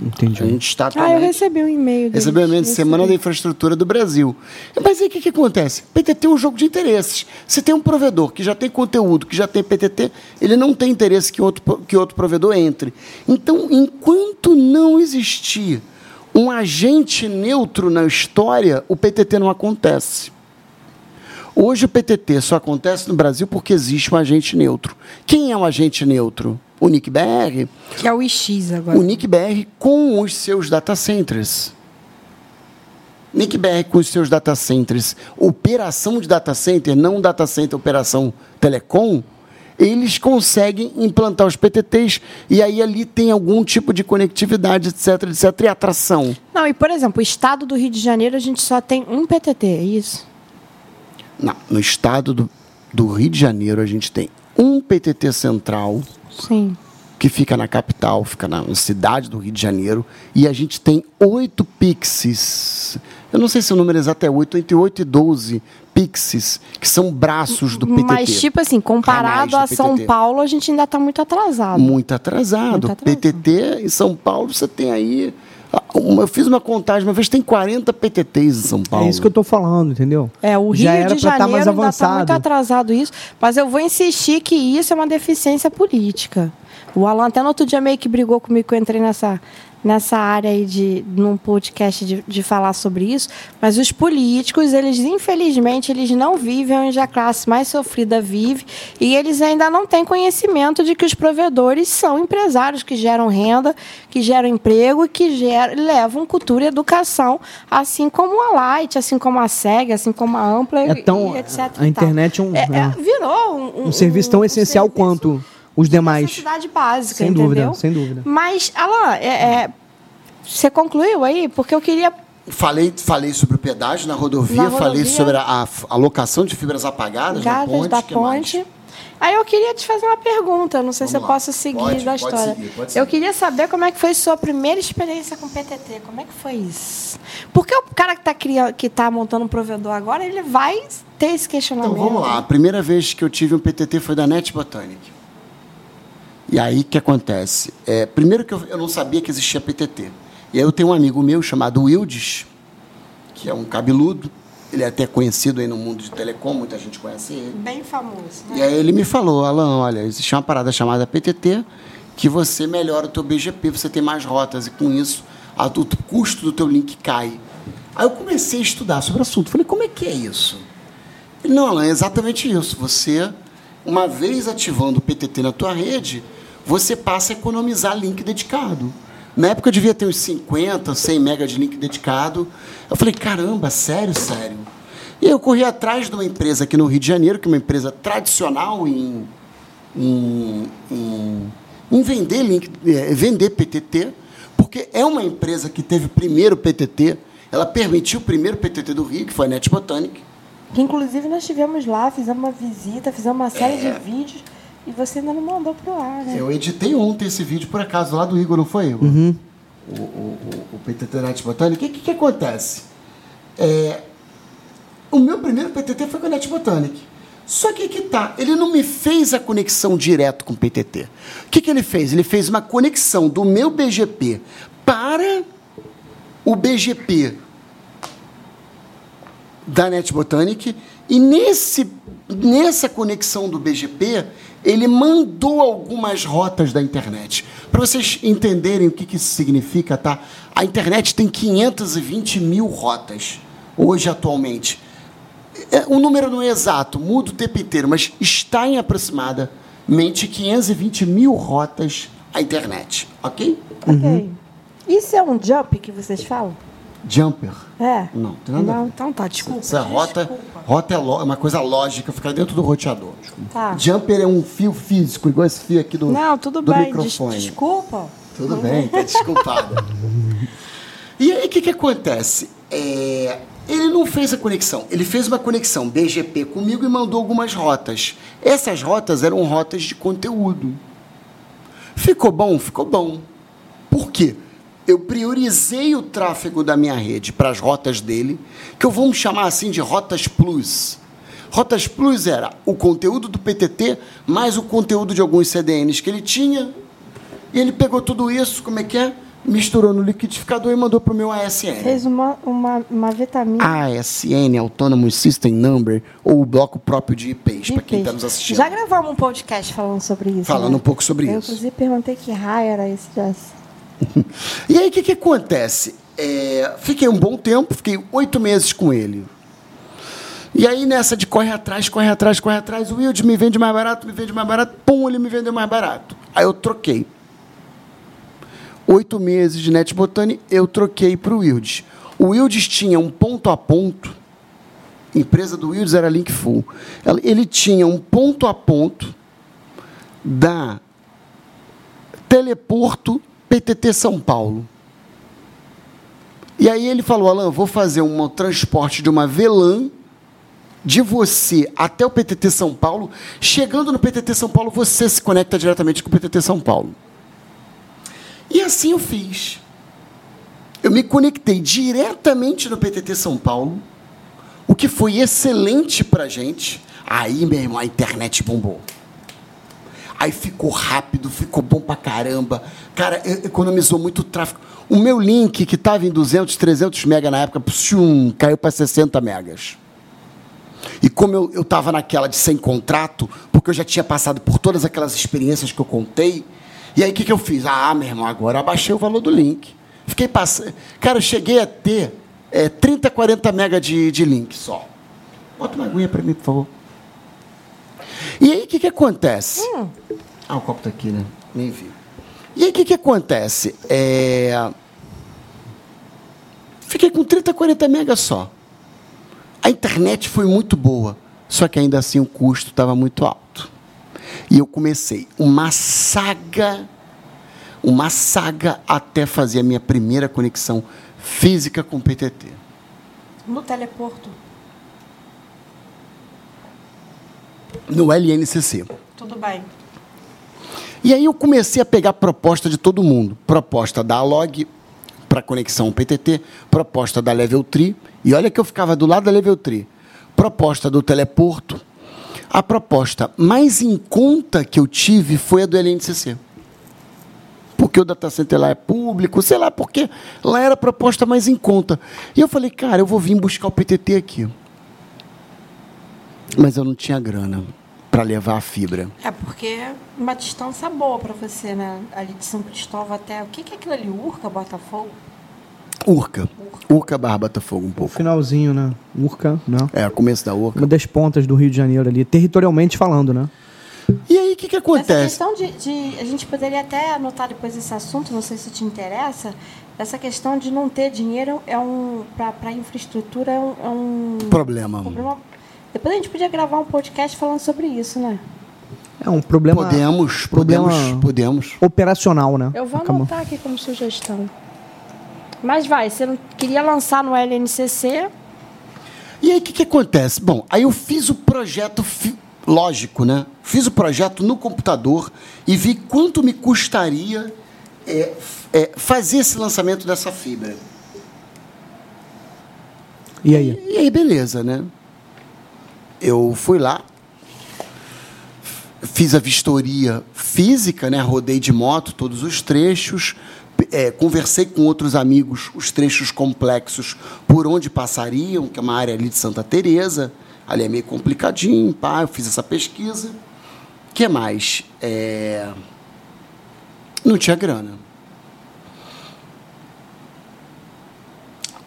[SPEAKER 2] A
[SPEAKER 1] Entendi.
[SPEAKER 2] gente está
[SPEAKER 3] Ah, eu
[SPEAKER 2] atualmente.
[SPEAKER 3] recebi um e-mail deles.
[SPEAKER 2] Recebeu a
[SPEAKER 3] Recebi.
[SPEAKER 2] Semana da Infraestrutura do Brasil. Mas aí o que, que acontece? PTT é um jogo de interesses. Se tem um provedor que já tem conteúdo, que já tem PTT, ele não tem interesse que outro, pro- que outro provedor entre. Então, enquanto não existir um agente neutro na história, o PTT não acontece. Hoje o PTT só acontece no Brasil porque existe um agente neutro. Quem é o agente neutro? O NICBR?
[SPEAKER 3] Que é o IX agora.
[SPEAKER 2] O NICBR com os seus data centers. NICBR com os seus data centers, operação de data center, não data center, operação telecom, eles conseguem implantar os PTTs e aí ali tem algum tipo de conectividade, etc, etc, e atração.
[SPEAKER 3] Não, e por exemplo, o estado do Rio de Janeiro a gente só tem um PTT, é isso?
[SPEAKER 2] Não, no estado do, do Rio de Janeiro a gente tem um PTT central,
[SPEAKER 3] Sim.
[SPEAKER 2] que fica na capital, fica na cidade do Rio de Janeiro, e a gente tem oito pixies. Eu não sei se o número exato é oito, entre oito e doze pixies, que são braços do PTT.
[SPEAKER 3] Mas, tipo assim,
[SPEAKER 2] Canais
[SPEAKER 3] comparado
[SPEAKER 2] do
[SPEAKER 3] a São
[SPEAKER 2] PTT.
[SPEAKER 3] Paulo, a gente ainda está muito atrasado.
[SPEAKER 2] Muito atrasado.
[SPEAKER 3] Muito atrasado.
[SPEAKER 2] PTT em São Paulo, você tem aí... ah, uma- eu fiz uma contagem, uma vez tem 40 PTTs em São Paulo.
[SPEAKER 1] É isso que eu tô falando, entendeu?
[SPEAKER 3] É, o Rio
[SPEAKER 1] Já era
[SPEAKER 3] de
[SPEAKER 1] pra tá
[SPEAKER 3] Janeiro
[SPEAKER 1] mais
[SPEAKER 3] ainda está muito
[SPEAKER 1] avançado.
[SPEAKER 3] atrasado isso, mas eu vou insistir que isso é uma deficiência política. O Alan até no outro dia meio que brigou comigo que eu entrei nessa, nessa área aí de num podcast de, de falar sobre isso, mas os políticos, eles infelizmente, eles não vivem onde a classe mais sofrida vive e eles ainda não têm conhecimento de que os provedores são empresários que geram renda, que geram emprego e que geram, levam cultura e educação, assim como a Light, assim como a SEG, assim como a Ampla
[SPEAKER 1] É tão-
[SPEAKER 3] e etc.
[SPEAKER 1] a
[SPEAKER 3] e
[SPEAKER 1] internet é um-
[SPEAKER 3] É, é,
[SPEAKER 1] é.
[SPEAKER 3] virou um,
[SPEAKER 1] Um serviço tão essencial
[SPEAKER 3] serviço
[SPEAKER 1] quanto os
[SPEAKER 3] de
[SPEAKER 1] demais.
[SPEAKER 3] necessidade básica,
[SPEAKER 1] Sem
[SPEAKER 3] entendeu?
[SPEAKER 1] dúvida, sem dúvida.
[SPEAKER 3] Mas, Alan, é- é, você concluiu aí? Porque eu queria
[SPEAKER 2] Falei, falei sobre o pedágio na rodovia,
[SPEAKER 3] Na rodovia.
[SPEAKER 2] falei sobre a, a, a locação de fibras apagadas
[SPEAKER 3] Gadas
[SPEAKER 2] na
[SPEAKER 3] da
[SPEAKER 2] ponte. que mais?
[SPEAKER 3] Ponte. Aí eu queria te fazer uma pergunta, não sei se eu
[SPEAKER 2] Vamos lá.
[SPEAKER 3] posso seguir
[SPEAKER 2] Pode,
[SPEAKER 3] da
[SPEAKER 2] pode
[SPEAKER 3] história.
[SPEAKER 2] seguir, pode
[SPEAKER 3] eu
[SPEAKER 2] seguir.
[SPEAKER 3] queria saber como é que foi sua primeira experiência com PTT, como é que foi isso? Porque o cara que está que tá montando um provedor agora, ele vai ter esse questionamento.
[SPEAKER 2] Então vamos lá. A primeira vez que eu tive um PTT foi da Net Botanic. E aí o que acontece? É, primeiro que eu, eu não sabia que existia PTT. E aí eu tenho um amigo meu chamado Wildes, que é um cabeludo. Ele é até conhecido aí no mundo de telecom, muita gente conhece ele.
[SPEAKER 3] Bem famoso. Né?
[SPEAKER 2] E aí ele me falou, Alan, olha, existe uma parada chamada PTT que você melhora o teu BGP, você tem mais rotas e com isso a- o custo do teu link cai. Aí eu comecei a estudar sobre o assunto. Falei, como é que é isso? Ele, não, Alan, é exatamente isso. Você, uma vez ativando o PTT na tua rede, você passa a economizar link dedicado. Na época eu devia ter uns 50, 100 mega de link dedicado. Eu falei, caramba, sério, sério. E aí eu corri atrás de uma empresa aqui no Rio de Janeiro, que é uma empresa tradicional em, em, em- em vender link, eh, vender PTT, porque é uma empresa que teve primeiro PTT, ela permitiu o primeiro PTT do Rio, que foi a Net Botanic,
[SPEAKER 3] Que inclusive nós estivemos lá, fizemos uma visita, fizemos uma série de vídeos e você ainda não mandou pro ar, né?
[SPEAKER 2] É. Eu editei ontem esse vídeo, por acaso, lá do Igor, não foi, Igor? O, o, o, o PTT Net Botânico. O que, que, que acontece? É, O meu primeiro PTT foi com a Netbotanic. Só que aí que tá, ele não me fez a conexão direto com o PTT. O que, que ele fez? Ele fez uma conexão do meu BGP para o BGP da NetBotanic e nesse, nessa conexão do BGP ele mandou algumas rotas da internet. Para vocês entenderem o que, que isso significa, tá? A internet tem 520 mil rotas hoje atualmente. É, O número não é exato, muda o tempo inteiro, mas está em aproximadamente 520 mil rotas a internet, ok? Uhum.
[SPEAKER 3] Ok. Isso é um jump que vocês falam?
[SPEAKER 2] Jumper.
[SPEAKER 3] É.
[SPEAKER 2] Não, tem nada a ver.
[SPEAKER 3] Não, então tá, desculpa.
[SPEAKER 2] Essa rota, rota é lo- é uma coisa lógica, fica dentro do roteador.
[SPEAKER 3] Tá.
[SPEAKER 2] Jumper é um fio físico, igual esse fio aqui do,
[SPEAKER 3] Não, tudo
[SPEAKER 2] do
[SPEAKER 3] bem, des-
[SPEAKER 2] microfone.
[SPEAKER 3] desculpa.
[SPEAKER 2] Tudo bem, tá desculpada. e aí, o que, que acontece? É, ele não fez a conexão. Ele fez uma conexão BGP comigo e mandou algumas rotas. Essas rotas eram rotas de conteúdo. Ficou bom? Ficou bom. Por quê? Eu priorizei o tráfego da minha rede para as rotas dele, que eu vou chamar assim de rotas plus. Rotas plus era o conteúdo do PTT mais o conteúdo de alguns CDNs que ele tinha. E ele pegou tudo isso, como é que é? Misturou no liquidificador e mandou para o meu ASN.
[SPEAKER 3] Fez um- uma, uma, uma
[SPEAKER 2] Ah,
[SPEAKER 3] vitamina.
[SPEAKER 2] ASN, Autonomous System Number, ou o bloco próprio de IPs, para quem está nos assistindo.
[SPEAKER 3] Já gravamos um podcast falando sobre isso.
[SPEAKER 2] Falando
[SPEAKER 3] né?
[SPEAKER 2] um pouco sobre
[SPEAKER 3] Eu,
[SPEAKER 2] isso.
[SPEAKER 3] inclusive, perguntei que raio era esse Jess.
[SPEAKER 2] E aí, o que, que acontece? É, fiquei um bom tempo, fiquei oito meses com ele. E aí, nessa de corre atrás, corre atrás, corre atrás, o Wilde me vende mais barato, me vende mais barato, pum, ele me vendeu mais barato. Aí eu troquei. Oito meses de NetBotany, eu troquei para o Wildes. O Wildes tinha um ponto a ponto, empresa do Wildes era Linkful. Ela- Ele tinha um ponto a ponto da Teleporto PTT São Paulo. E aí ele falou, Alan, vou fazer um transporte de uma VLAN de você até o PTT São Paulo. Chegando no PTT São Paulo, você se conecta diretamente com o PTT São Paulo. E assim eu fiz. Eu me conectei diretamente no PTT São Paulo, o que foi excelente pra gente. Aí, meu irmão, a internet bombou. Aí ficou rápido, ficou bom pra caramba. Cara, e- economizou muito tráfego. O meu link, que estava em 200, 300 mega na época, psiu, caiu para 60 megas. E como eu, eu tava naquela de sem contrato, porque eu já tinha passado por todas aquelas experiências que eu contei, e aí o que, que eu fiz? Ah, meu irmão, agora eu abaixei o valor do link. Fiquei passando. Cara, eu cheguei a ter é, 30, 40 mega de, de link só. Bota uma aguinha pra mim, por favor. E aí o que, que acontece? Ah, o copo tá aqui, né? Nem vi. E aí o que, que acontece? É... Fiquei com 30, 40 mega só. A internet foi muito boa, só que ainda assim o custo estava muito alto. E eu comecei uma saga, uma saga até fazer a minha primeira conexão física com o PTT.
[SPEAKER 3] No teleporto.
[SPEAKER 2] No LNCC.
[SPEAKER 3] Tudo bem.
[SPEAKER 2] E aí eu comecei a pegar proposta de todo mundo. Proposta da Alog para conexão PTT, proposta da Level Tree, e olha que eu ficava do lado da Level Tree. Proposta do Teleporto. A proposta mais em conta que eu tive foi a do LNCC. Porque o data center lá é público, sei lá por quê. Lá era a proposta mais em conta. E eu falei, cara, eu vou vir buscar o PTT aqui. Mas eu não tinha grana para levar a fibra.
[SPEAKER 3] É porque uma distância boa pra você, né? Ali de São Cristóvão até. O que, que é aquilo ali? Urca, Botafogo?
[SPEAKER 2] Urca. Urca barra Botafogo um pouco.
[SPEAKER 1] Finalzinho, né? Urca, né?
[SPEAKER 2] É, começo da Urca.
[SPEAKER 1] Uma das pontas do Rio de Janeiro ali, territorialmente falando, né?
[SPEAKER 2] E aí, o que, que
[SPEAKER 3] Essa
[SPEAKER 2] acontece?
[SPEAKER 3] questão de, de- A gente poderia até anotar depois esse assunto, não sei se te interessa. Essa questão de não ter dinheiro é um. para infraestrutura é um. É um
[SPEAKER 2] Problema.
[SPEAKER 3] problema. Depois a gente podia gravar um podcast falando sobre isso, né?
[SPEAKER 1] É um problema
[SPEAKER 2] Podemos,
[SPEAKER 1] problema-
[SPEAKER 2] podemos, podemos.
[SPEAKER 1] operacional, né?
[SPEAKER 3] Eu vou
[SPEAKER 1] Acabou.
[SPEAKER 3] anotar aqui como sugestão. Mas vai, você não queria lançar no LNCC.
[SPEAKER 2] E aí, o que, que acontece? Bom, aí eu fiz o projeto, fi- lógico, né? Fiz o projeto no computador e vi quanto me custaria é, f- é, fazer esse lançamento dessa fibra.
[SPEAKER 1] E aí?
[SPEAKER 2] E aí, beleza, né? eu fui lá, fiz a vistoria física, né? rodei de moto todos os trechos, é, conversei com outros amigos os trechos complexos por onde passariam, que é uma área ali de Santa Teresa, ali é meio complicadinho, pá, eu fiz essa pesquisa. O que mais? É, Não tinha grana.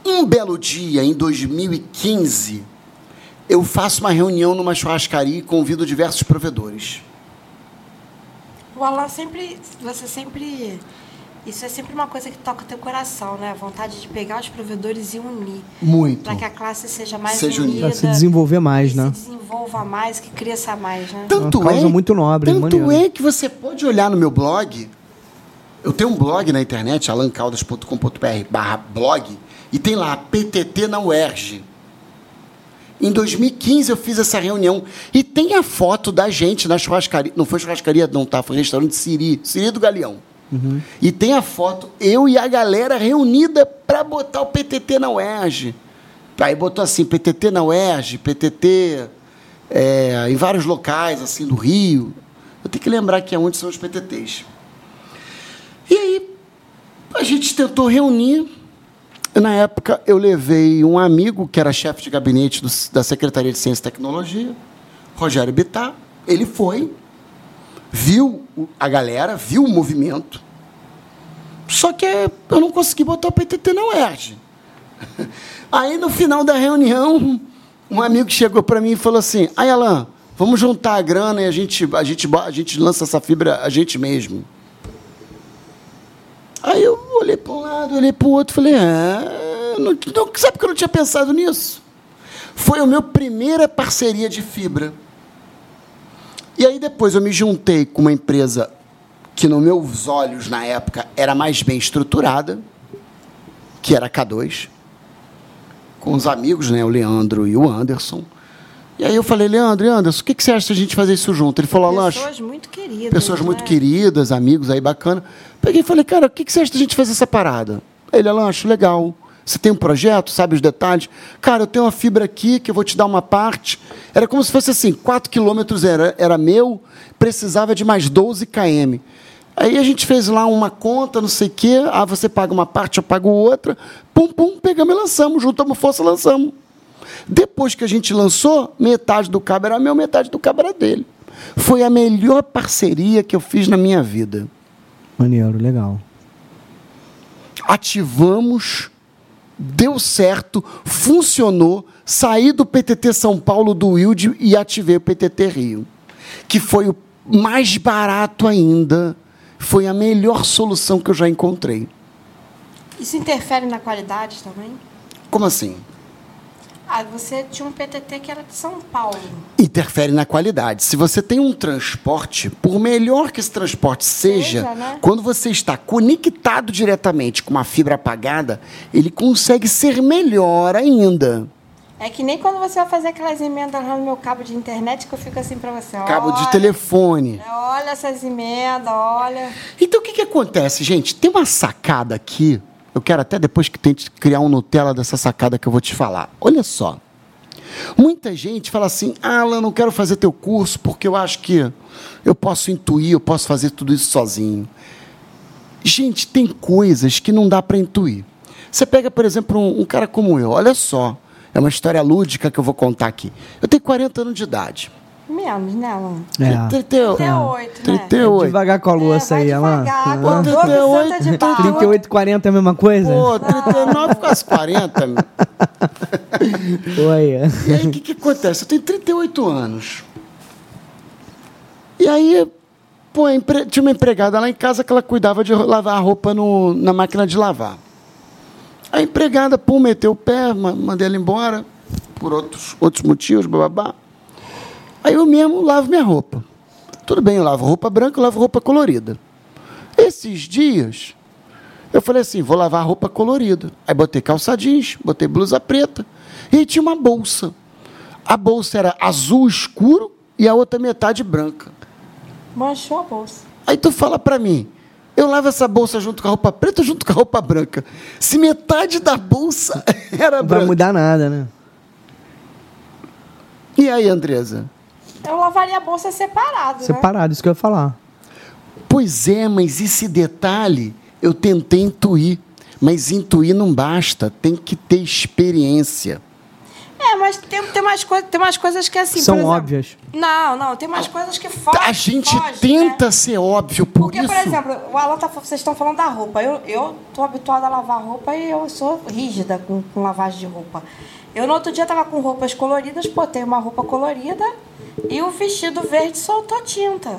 [SPEAKER 2] Um belo dia, em 2015, eu faço uma reunião numa churrascaria e convido diversos provedores.
[SPEAKER 3] O Alan sempre. Você sempre. Isso é sempre uma coisa que toca o teu coração, né? A vontade de pegar os provedores e unir.
[SPEAKER 2] Muito.
[SPEAKER 3] Para que a classe seja mais
[SPEAKER 2] Seja unida.
[SPEAKER 3] unida.
[SPEAKER 1] Pra se desenvolver mais,
[SPEAKER 3] que
[SPEAKER 1] né?
[SPEAKER 3] Se desenvolva mais, que cresça mais, né?
[SPEAKER 2] Tanto
[SPEAKER 1] Uma causa
[SPEAKER 2] é,
[SPEAKER 1] muito nobre,
[SPEAKER 2] Tanto
[SPEAKER 1] maneiro.
[SPEAKER 2] é que você pode olhar no meu blog. Eu tenho um blog na internet, alancaldas.com.br barra blog, e tem lá PTT na UERJ. Em 2015 eu fiz essa reunião e tem a foto da gente na churrascaria. Não foi churrascaria, não, tá? Foi restaurante Siri, Siri do Galeão. E tem a foto, eu e a galera reunida para botar o PTT na UERJ. Aí botou assim, PTT na UERJ, PTT é, em vários locais, assim, do Rio. Eu tenho que lembrar que é onde são os PTTs. E aí, a gente tentou reunir. Na época, eu levei um amigo que era chefe de gabinete do- da Secretaria de Ciência e Tecnologia, Rogério Bittar. Ele foi, viu o- a galera, viu o movimento. Só que eu não consegui botar o PTT na UERJ. Aí, no final da reunião, um amigo chegou para mim e falou assim: Aí, Alain, vamos juntar a grana e a gente, a, gente, bo- a gente lança essa fibra a gente mesmo. Aí eu olhei para um lado, olhei para o outro, falei, ah, não, não, sabe que eu não tinha pensado nisso? Foi a minha primeira parceria de fibra. E aí depois eu me juntei com uma empresa que, nos meus olhos, na época, era mais bem estruturada, que era a K2, com os amigos, né, o Leandro e o Anderson. E aí eu falei, Leandro e Anderson, o que, que você acha se a gente fazer isso junto? Ele falou, Alan,
[SPEAKER 3] Pessoas muito queridas.
[SPEAKER 2] pessoas muito
[SPEAKER 3] né?
[SPEAKER 2] queridas, amigos aí bacana. Peguei e falei, cara, o que, que você acha da gente fazer essa parada? Ele, Alan, acho legal. Você tem um projeto, sabe os detalhes? Cara, eu tenho uma fibra aqui que eu vou te dar uma parte. Era como se fosse assim, 4 quilômetros era, era meu, precisava de mais 12 km. Aí a gente fez lá uma conta, não sei o quê. Ah, você paga uma parte, eu pago outra. Pum, pum, pegamos e lançamos, juntamos força, lançamos. Depois que a gente lançou, metade do cabo era meu, metade do cabo era dele. Foi a melhor parceria que eu fiz na minha vida.
[SPEAKER 1] Maneiro, legal.
[SPEAKER 2] Ativamos, deu certo, funcionou. Saí do PTT São Paulo do Wilde e ativei o PTT Rio, que foi o mais barato ainda. Foi a melhor solução que eu já encontrei.
[SPEAKER 3] Isso interfere na qualidade também?
[SPEAKER 2] Como assim?
[SPEAKER 3] Ah, você tinha um PTT que era de São Paulo.
[SPEAKER 2] interfere na qualidade. Se você tem um transporte, por melhor que esse transporte seja,
[SPEAKER 3] Seja, né?
[SPEAKER 2] quando você está conectado diretamente com uma fibra apagada, ele consegue ser melhor ainda.
[SPEAKER 3] É que nem quando você vai fazer aquelas emendas lá no meu cabo de internet que eu fico assim pra você.
[SPEAKER 2] Cabo de
[SPEAKER 3] olha,
[SPEAKER 2] telefone.
[SPEAKER 3] Olha essas emendas, olha.
[SPEAKER 2] Então o que, que acontece, gente? Tem uma sacada aqui. Eu quero até depois que tente criar um Nutella dessa sacada que eu vou te falar. Olha só. Muita gente fala assim: ah, Alan, não quero fazer teu curso porque eu acho que eu posso intuir, eu posso fazer tudo isso sozinho. Gente, tem coisas que não dá para intuir. Você pega, por exemplo, um, um cara como eu, olha só, é uma história lúdica que eu vou contar aqui. Eu tenho 40 anos de idade.
[SPEAKER 3] Menos, né, Alan?
[SPEAKER 1] É.
[SPEAKER 3] 38, né?
[SPEAKER 2] 38.
[SPEAKER 1] Devagar com a louça
[SPEAKER 3] É, vai
[SPEAKER 1] aí, Alan. Né?
[SPEAKER 3] devagar,
[SPEAKER 1] Hã?
[SPEAKER 3] com a boca santa de barro.
[SPEAKER 1] 38, 40 é a mesma coisa?
[SPEAKER 2] Pô, 39 quase 40. meu.
[SPEAKER 1] Oi.
[SPEAKER 2] E aí, o que, que acontece? Eu tenho 38 anos. E aí, pô, a empre- tinha uma empregada lá em casa que ela cuidava de ro- lavar a roupa no- na máquina de lavar. A empregada, pum, meteu o pé, ma- mandei ela embora, por outros, outros motivos, bababá. Aí eu mesmo lavo minha roupa. Tudo bem, eu lavo roupa branca, eu lavo roupa colorida. Esses dias, eu falei assim, vou lavar roupa colorida. Aí botei calça jeans, botei blusa preta e tinha uma bolsa. A bolsa era azul escuro e a outra metade branca.
[SPEAKER 3] Manchou a bolsa.
[SPEAKER 2] Aí tu fala pra mim, eu lavo essa bolsa junto com a roupa preta ou junto com a roupa branca? Se metade da bolsa era
[SPEAKER 1] Não vai
[SPEAKER 2] branca.
[SPEAKER 1] mudar nada, né?
[SPEAKER 2] E aí, Andresa?
[SPEAKER 3] Eu lavaria Então, a bolsa é separado, né?
[SPEAKER 1] Separado, isso que eu ia falar.
[SPEAKER 2] Pois é, mas esse detalhe eu tentei intuir. Mas intuir não basta, tem que ter experiência.
[SPEAKER 3] É, mas tem, tem, umas coi- tem umas coisas que assim.
[SPEAKER 1] São
[SPEAKER 3] por exemplo-
[SPEAKER 1] óbvias. É,
[SPEAKER 3] Não, não, tem umas coisas que fogem.
[SPEAKER 2] Tá, A gente
[SPEAKER 3] fogem, né?
[SPEAKER 2] tenta ser óbvio, por
[SPEAKER 3] Porque,
[SPEAKER 2] isso.
[SPEAKER 3] por exemplo, o Alan tá, vocês estão falando da roupa. Eu, eu tô habituada a lavar roupa e eu sou rígida com, com lavagem de roupa. Eu no outro dia tava com roupas coloridas, botei uma roupa colorida e o vestido verde soltou tinta.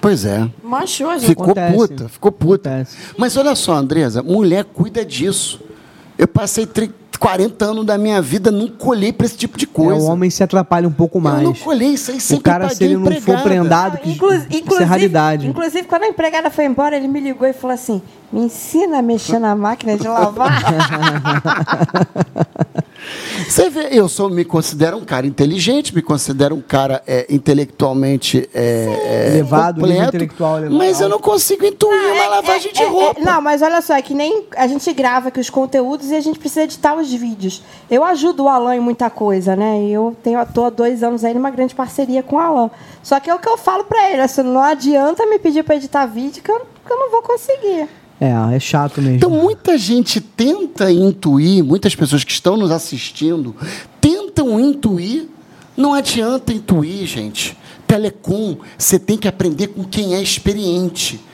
[SPEAKER 2] Pois é.
[SPEAKER 3] Manchou, gente.
[SPEAKER 2] Ficou
[SPEAKER 1] Acontece.
[SPEAKER 2] puta, ficou puta.
[SPEAKER 1] Acontece.
[SPEAKER 2] Mas olha só, Andresa, mulher cuida disso. Eu passei tri- 40 anos da minha vida, não colhei pra esse tipo de
[SPEAKER 1] É,
[SPEAKER 2] coisa.
[SPEAKER 1] o homem se atrapalha um pouco mais.
[SPEAKER 2] Eu não colhei isso aí,
[SPEAKER 1] o
[SPEAKER 2] sempre
[SPEAKER 1] cara,
[SPEAKER 2] paguei
[SPEAKER 1] se ele não for
[SPEAKER 2] empregada.
[SPEAKER 1] prendado, que
[SPEAKER 3] Inclu-
[SPEAKER 1] isso é raridade.
[SPEAKER 3] Inclusive, quando a empregada foi embora, ele me ligou e falou assim: me ensina a mexer na máquina de lavar.
[SPEAKER 2] Você vê, eu sou, me considero um cara inteligente, me considero um cara é, intelectualmente é, é,
[SPEAKER 1] Elevado, nível
[SPEAKER 2] completo,
[SPEAKER 1] intelectual elevado.
[SPEAKER 2] mas eu não consigo intuir uma lavagem de
[SPEAKER 3] É, é,
[SPEAKER 2] roupa.
[SPEAKER 3] não, mas olha só, é que nem a gente grava aqui os conteúdos e a gente precisa editar os vídeos. Eu ajudo o Alan em muita coisa, né? E eu tenho, tô há dois anos aí numa grande parceria com o Alan. Só que é o que eu falo pra ele, assim, não adianta me pedir pra editar vídeo que eu, que eu não vou conseguir.
[SPEAKER 1] É, é chato mesmo.
[SPEAKER 2] Então, muita gente tenta intuir, muitas pessoas que estão nos assistindo tentam intuir. Não adianta intuir, gente. Telecom, você tem que aprender com quem é experiente.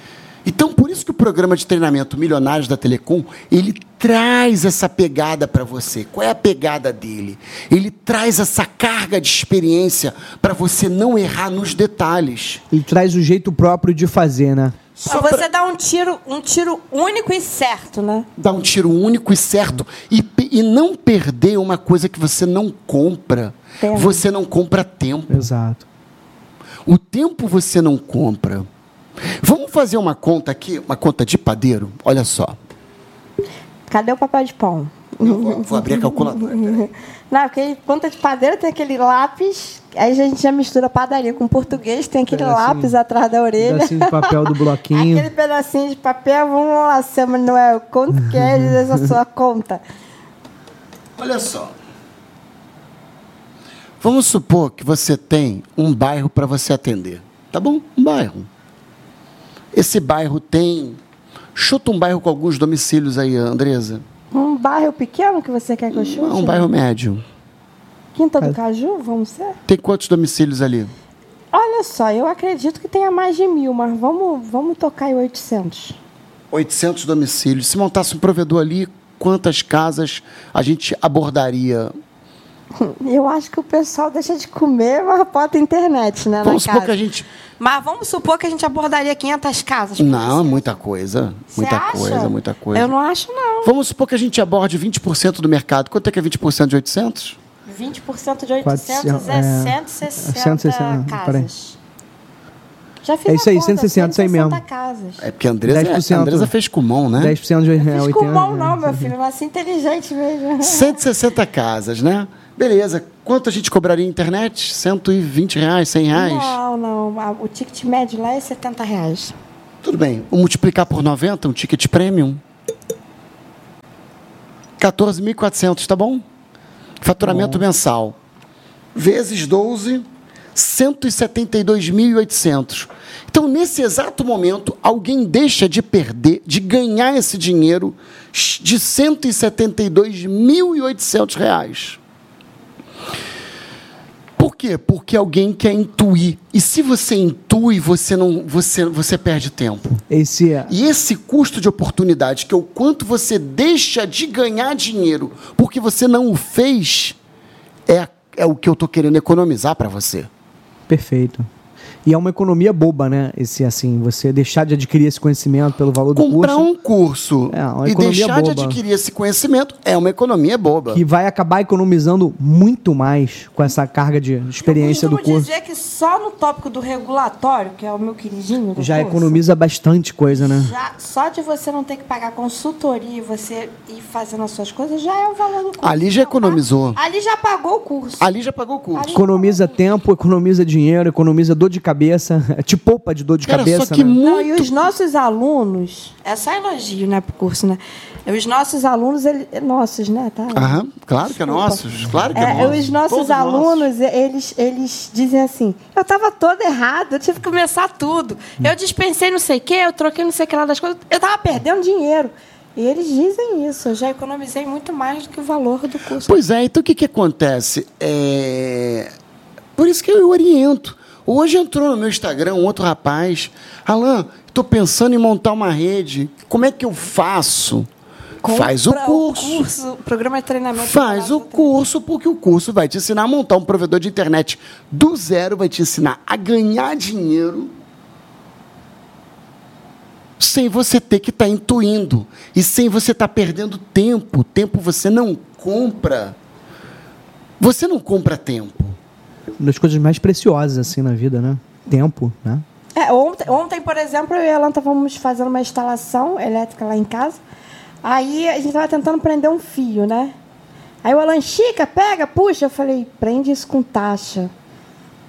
[SPEAKER 2] Então, por isso que o programa de treinamento Milionários da Telecom, ele traz essa pegada para você. Qual é a pegada dele? Ele traz essa carga de experiência para você não errar nos detalhes.
[SPEAKER 1] Ele traz o jeito próprio de fazer, né?
[SPEAKER 3] Só você dá um tiro, um tiro único e certo, né?
[SPEAKER 2] dar um tiro único e certo e, pe- e não perder uma coisa que você não compra.
[SPEAKER 3] Tempo.
[SPEAKER 2] Você não compra tempo.
[SPEAKER 1] Exato.
[SPEAKER 2] O tempo você não compra. Vamos fazer uma conta aqui, uma conta de padeiro. Olha só.
[SPEAKER 3] Cadê o papel de pão?
[SPEAKER 2] Eu vou, vou abrir a calculadora.
[SPEAKER 3] Não, porque conta de padeiro tem aquele lápis, aí a gente já mistura padaria com português, tem aquele
[SPEAKER 1] Pedacinho-
[SPEAKER 3] lápis atrás da orelha.
[SPEAKER 1] Pedacinho de papel do bloquinho.
[SPEAKER 3] Aquele pedacinho de papel, vamos lá, seu Manuel, quanto que é essa sua conta?
[SPEAKER 2] Olha só. Vamos supor que você tem um bairro para você atender. Tá bom? Um bairro. Esse bairro tem. Chuta um bairro com alguns domicílios aí, Andresa.
[SPEAKER 3] Um bairro pequeno que você quer que eu chute?
[SPEAKER 2] É um bairro médio.
[SPEAKER 3] Quinta do Caju, vamos ser?
[SPEAKER 2] Tem quantos domicílios ali?
[SPEAKER 3] Olha só, eu acredito que tenha mais de mil, mas vamos, vamos tocar em 800.
[SPEAKER 2] 800 domicílios. Se montasse um provedor ali, quantas casas a gente abordaria?
[SPEAKER 3] Eu acho que o pessoal deixa de comer, mas bota internet, né,
[SPEAKER 2] Vamos
[SPEAKER 3] na
[SPEAKER 2] supor
[SPEAKER 3] casa.
[SPEAKER 2] que a gente.
[SPEAKER 3] Mas vamos supor que a gente abordaria 500 casas. por
[SPEAKER 2] Não,
[SPEAKER 3] exemplo.
[SPEAKER 2] muita coisa.
[SPEAKER 3] Você
[SPEAKER 2] Muita
[SPEAKER 3] acha?
[SPEAKER 2] coisa, muita coisa.
[SPEAKER 3] Eu não acho, não.
[SPEAKER 2] Vamos supor que a gente aborde 20% do mercado. Quanto é que é 20% de 800?
[SPEAKER 3] 20% de
[SPEAKER 1] 400,
[SPEAKER 3] 800 é,
[SPEAKER 1] é,
[SPEAKER 3] 160,
[SPEAKER 1] 160, peraí.
[SPEAKER 3] casas. Já fiz
[SPEAKER 1] É isso
[SPEAKER 3] a
[SPEAKER 1] aí,
[SPEAKER 3] conta,
[SPEAKER 1] 160, isso aí mesmo.
[SPEAKER 3] casas.
[SPEAKER 2] É porque a Andresa,
[SPEAKER 1] 10%.
[SPEAKER 2] a Andresa fez com mão, né?
[SPEAKER 1] 10% de é,
[SPEAKER 3] Fiz
[SPEAKER 1] 80%.
[SPEAKER 3] com mão não, meu filho, mas assim, inteligente mesmo.
[SPEAKER 2] 160 casas, né? Beleza. Quanto a gente cobraria internet? 120 reais, 100 reais?
[SPEAKER 3] Não, não, a- o ticket médio lá é 70 reais.
[SPEAKER 2] Tudo bem. Vou multiplicar por 90, um ticket premium. 14.400, tá bom? Faturamento mensal. Vezes 12, 172.800. Então, nesse exato momento, alguém deixa de perder, de ganhar esse dinheiro de 172.800 reais. Por quê? Porque alguém quer intuir. E se você intui, você não, você, você perde tempo.
[SPEAKER 1] Esse, é
[SPEAKER 2] E esse custo de oportunidade, que é o quanto você deixa de ganhar dinheiro porque você não o fez, é, é o que eu estou querendo economizar para você.
[SPEAKER 1] perfeito. E é uma economia boba, né? Esse, assim, você deixar de adquirir esse conhecimento pelo valor do
[SPEAKER 2] Comprar
[SPEAKER 1] curso,
[SPEAKER 2] um curso
[SPEAKER 1] É, uma
[SPEAKER 2] e
[SPEAKER 1] economia
[SPEAKER 2] deixar de
[SPEAKER 1] boba.
[SPEAKER 2] adquirir esse conhecimento é uma economia boba.
[SPEAKER 1] que vai acabar economizando muito mais com essa carga de experiência do curso.
[SPEAKER 3] dizer que só no tópico do regulatório, que é o meu queridinho do
[SPEAKER 1] Já
[SPEAKER 3] curso,
[SPEAKER 1] economiza bastante coisa, né?
[SPEAKER 3] já- só de você não ter que pagar consultoria e você ir fazendo as suas coisas, já é o valor do curso.
[SPEAKER 2] Ali já
[SPEAKER 3] Então,
[SPEAKER 2] economizou.
[SPEAKER 3] Ali já pagou o curso.
[SPEAKER 2] Ali já pagou o curso.
[SPEAKER 1] Economiza tempo, economiza dinheiro, economiza dor de cabeça, te poupa de dor de
[SPEAKER 2] Cara,
[SPEAKER 1] cabeça.
[SPEAKER 2] só que
[SPEAKER 1] né?
[SPEAKER 2] muito.
[SPEAKER 3] Não, e os nossos alunos, é só elogio, né, pro curso, né? Os nossos alunos, ele, nossos, né, tá?
[SPEAKER 2] Aham, claro que é nosso. Claro que é,
[SPEAKER 3] É,
[SPEAKER 2] nosso.
[SPEAKER 3] os nossos
[SPEAKER 2] Todos
[SPEAKER 3] alunos, eles, eles dizem assim: eu estava todo errado, eu tive que começar tudo.
[SPEAKER 2] Hum.
[SPEAKER 3] Eu dispensei não sei o quê, eu troquei não sei o que lá das coisas, eu estava perdendo dinheiro. E eles dizem isso, eu já economizei muito mais do que o valor do curso.
[SPEAKER 2] Pois é, então o que, que acontece? É... Por isso que eu oriento. Hoje entrou no meu Instagram um outro rapaz. Alan, estou pensando em montar uma rede. Como é que eu faço? Faz o
[SPEAKER 3] Compra
[SPEAKER 2] curso.
[SPEAKER 3] curso, programa de treinamento.
[SPEAKER 2] Faz o curso, porque o curso vai te ensinar a montar um provedor de internet do zero, vai te ensinar a ganhar dinheiro sem você ter que estar intuindo e sem você estar perdendo tempo. Tempo você não compra. Você não compra tempo.
[SPEAKER 1] Uma das coisas mais preciosas, assim, na vida, né? Tempo, né?
[SPEAKER 3] É, ontem, ontem, por exemplo, eu e a Alan estávamos fazendo uma instalação elétrica lá em casa. Aí a gente estava tentando prender um fio, né? Aí o Alan, Chica, pega, puxa. Eu falei, prende isso com taxa.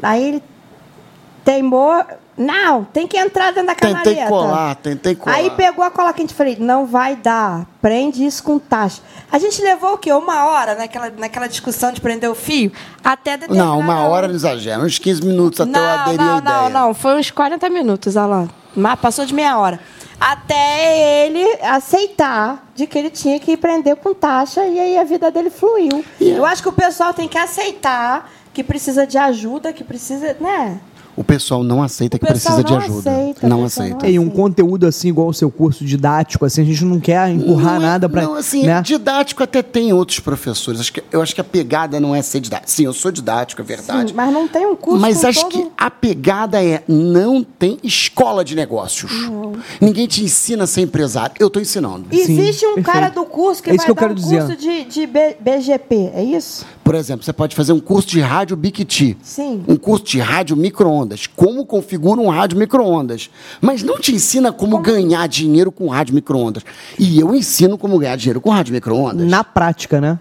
[SPEAKER 3] Aí ele teimou. Não, tem que entrar dentro da canaleta.
[SPEAKER 2] Tentei colar, tentei colar.
[SPEAKER 3] Tá, Aí pegou a cola quente e falei, não vai dar, prende isso com taxa. A gente levou o quê? Uma hora naquela, naquela discussão de prender o fio? Até determinada
[SPEAKER 2] Não, uma hora não exagera, uns 15 minutos até eu aderir à
[SPEAKER 3] não,
[SPEAKER 2] ideia.
[SPEAKER 3] não, não. Foi uns 40 minutos, Alan. Mas passou de meia hora. Até ele aceitar de que ele tinha que prender com taxa e aí a vida dele fluiu. Eu acho que o pessoal tem que aceitar que precisa de ajuda, que precisa, né?
[SPEAKER 2] O pessoal não aceita que
[SPEAKER 3] pessoal
[SPEAKER 2] precisa de
[SPEAKER 3] não
[SPEAKER 2] ajuda.
[SPEAKER 3] aceita, o
[SPEAKER 2] não
[SPEAKER 3] pessoal não
[SPEAKER 2] aceita.
[SPEAKER 1] É, E um conteúdo assim, igual o seu curso didático, assim, a gente não quer empurrar
[SPEAKER 2] Não é-
[SPEAKER 1] nada pra.
[SPEAKER 2] Não, assim,
[SPEAKER 1] né?
[SPEAKER 2] didático até tem outros professores. Acho que- eu acho que a pegada não é ser didático. Sim, eu sou didático, é verdade.
[SPEAKER 3] Sim, mas não tem um curso
[SPEAKER 2] Mas
[SPEAKER 3] com
[SPEAKER 2] acho
[SPEAKER 3] todo-
[SPEAKER 2] que a pegada é não tem escola de negócios. Ninguém te ensina a ser empresário. Eu estou ensinando.
[SPEAKER 3] Existe um
[SPEAKER 1] perfeito.
[SPEAKER 3] cara do curso que
[SPEAKER 1] É isso
[SPEAKER 3] vai
[SPEAKER 1] que eu
[SPEAKER 3] dar
[SPEAKER 1] quero
[SPEAKER 3] um
[SPEAKER 1] dizer.
[SPEAKER 3] curso de, de B- BGP, é isso?
[SPEAKER 2] Por exemplo, você pode fazer um curso de rádio Bikiti.
[SPEAKER 3] Sim.
[SPEAKER 2] Um curso de rádio micro-ondas. Como configura um rádio micro-ondas. Mas não te ensina como ganhar dinheiro com rádio micro-ondas. E eu ensino como ganhar dinheiro com rádio micro-ondas.
[SPEAKER 1] Na prática, né?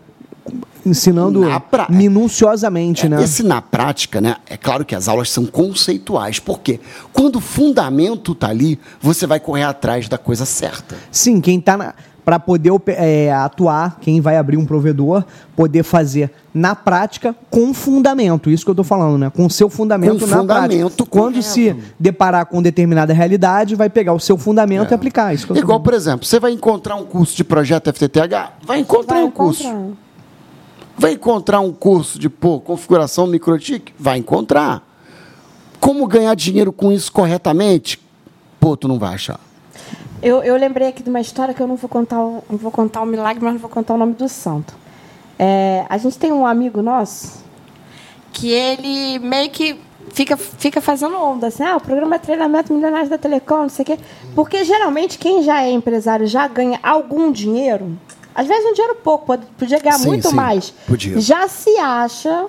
[SPEAKER 1] Ensinando
[SPEAKER 2] Na pra- é.
[SPEAKER 1] minuciosamente, né?
[SPEAKER 2] Esse na prática, né? É claro que as aulas são conceituais, porque quando o fundamento tá ali, você vai correr atrás da coisa certa.
[SPEAKER 1] Sim, quem tá na. Para poder ope- é, atuar, quem vai abrir um provedor, poder fazer na prática com fundamento. Isso que eu tô falando, né? Com seu fundamento
[SPEAKER 2] Com
[SPEAKER 1] na
[SPEAKER 2] fundamento,
[SPEAKER 1] prática. Quando se deparar com determinada realidade, vai pegar o seu fundamento e aplicar. Isso que
[SPEAKER 3] Uhum.
[SPEAKER 1] eu tô
[SPEAKER 2] É. Igual,
[SPEAKER 1] falando.
[SPEAKER 2] por exemplo, você vai encontrar um curso de projeto FTTH, vai encontrar
[SPEAKER 3] Vai
[SPEAKER 2] um curso.
[SPEAKER 3] encontrar.
[SPEAKER 2] Vai encontrar um curso de pô, configuração microtic? Vai encontrar. Como ganhar dinheiro com isso corretamente? Pô, tu não vai achar.
[SPEAKER 3] Eu, eu lembrei aqui de uma história que eu não vou contar, o- não vou contar o milagre, mas não vou contar o nome do santo. É, a gente tem um amigo nosso que ele meio que fica, fica fazendo onda, assim, ah, o programa é treinamento milionário da Telecom, não sei o quê. Porque geralmente quem já é empresário já ganha algum dinheiro, às vezes um dinheiro pouco, pode- podia ganhar
[SPEAKER 2] Sim,
[SPEAKER 3] muito
[SPEAKER 2] sim,
[SPEAKER 3] mais.
[SPEAKER 2] podia.
[SPEAKER 3] Já se acha,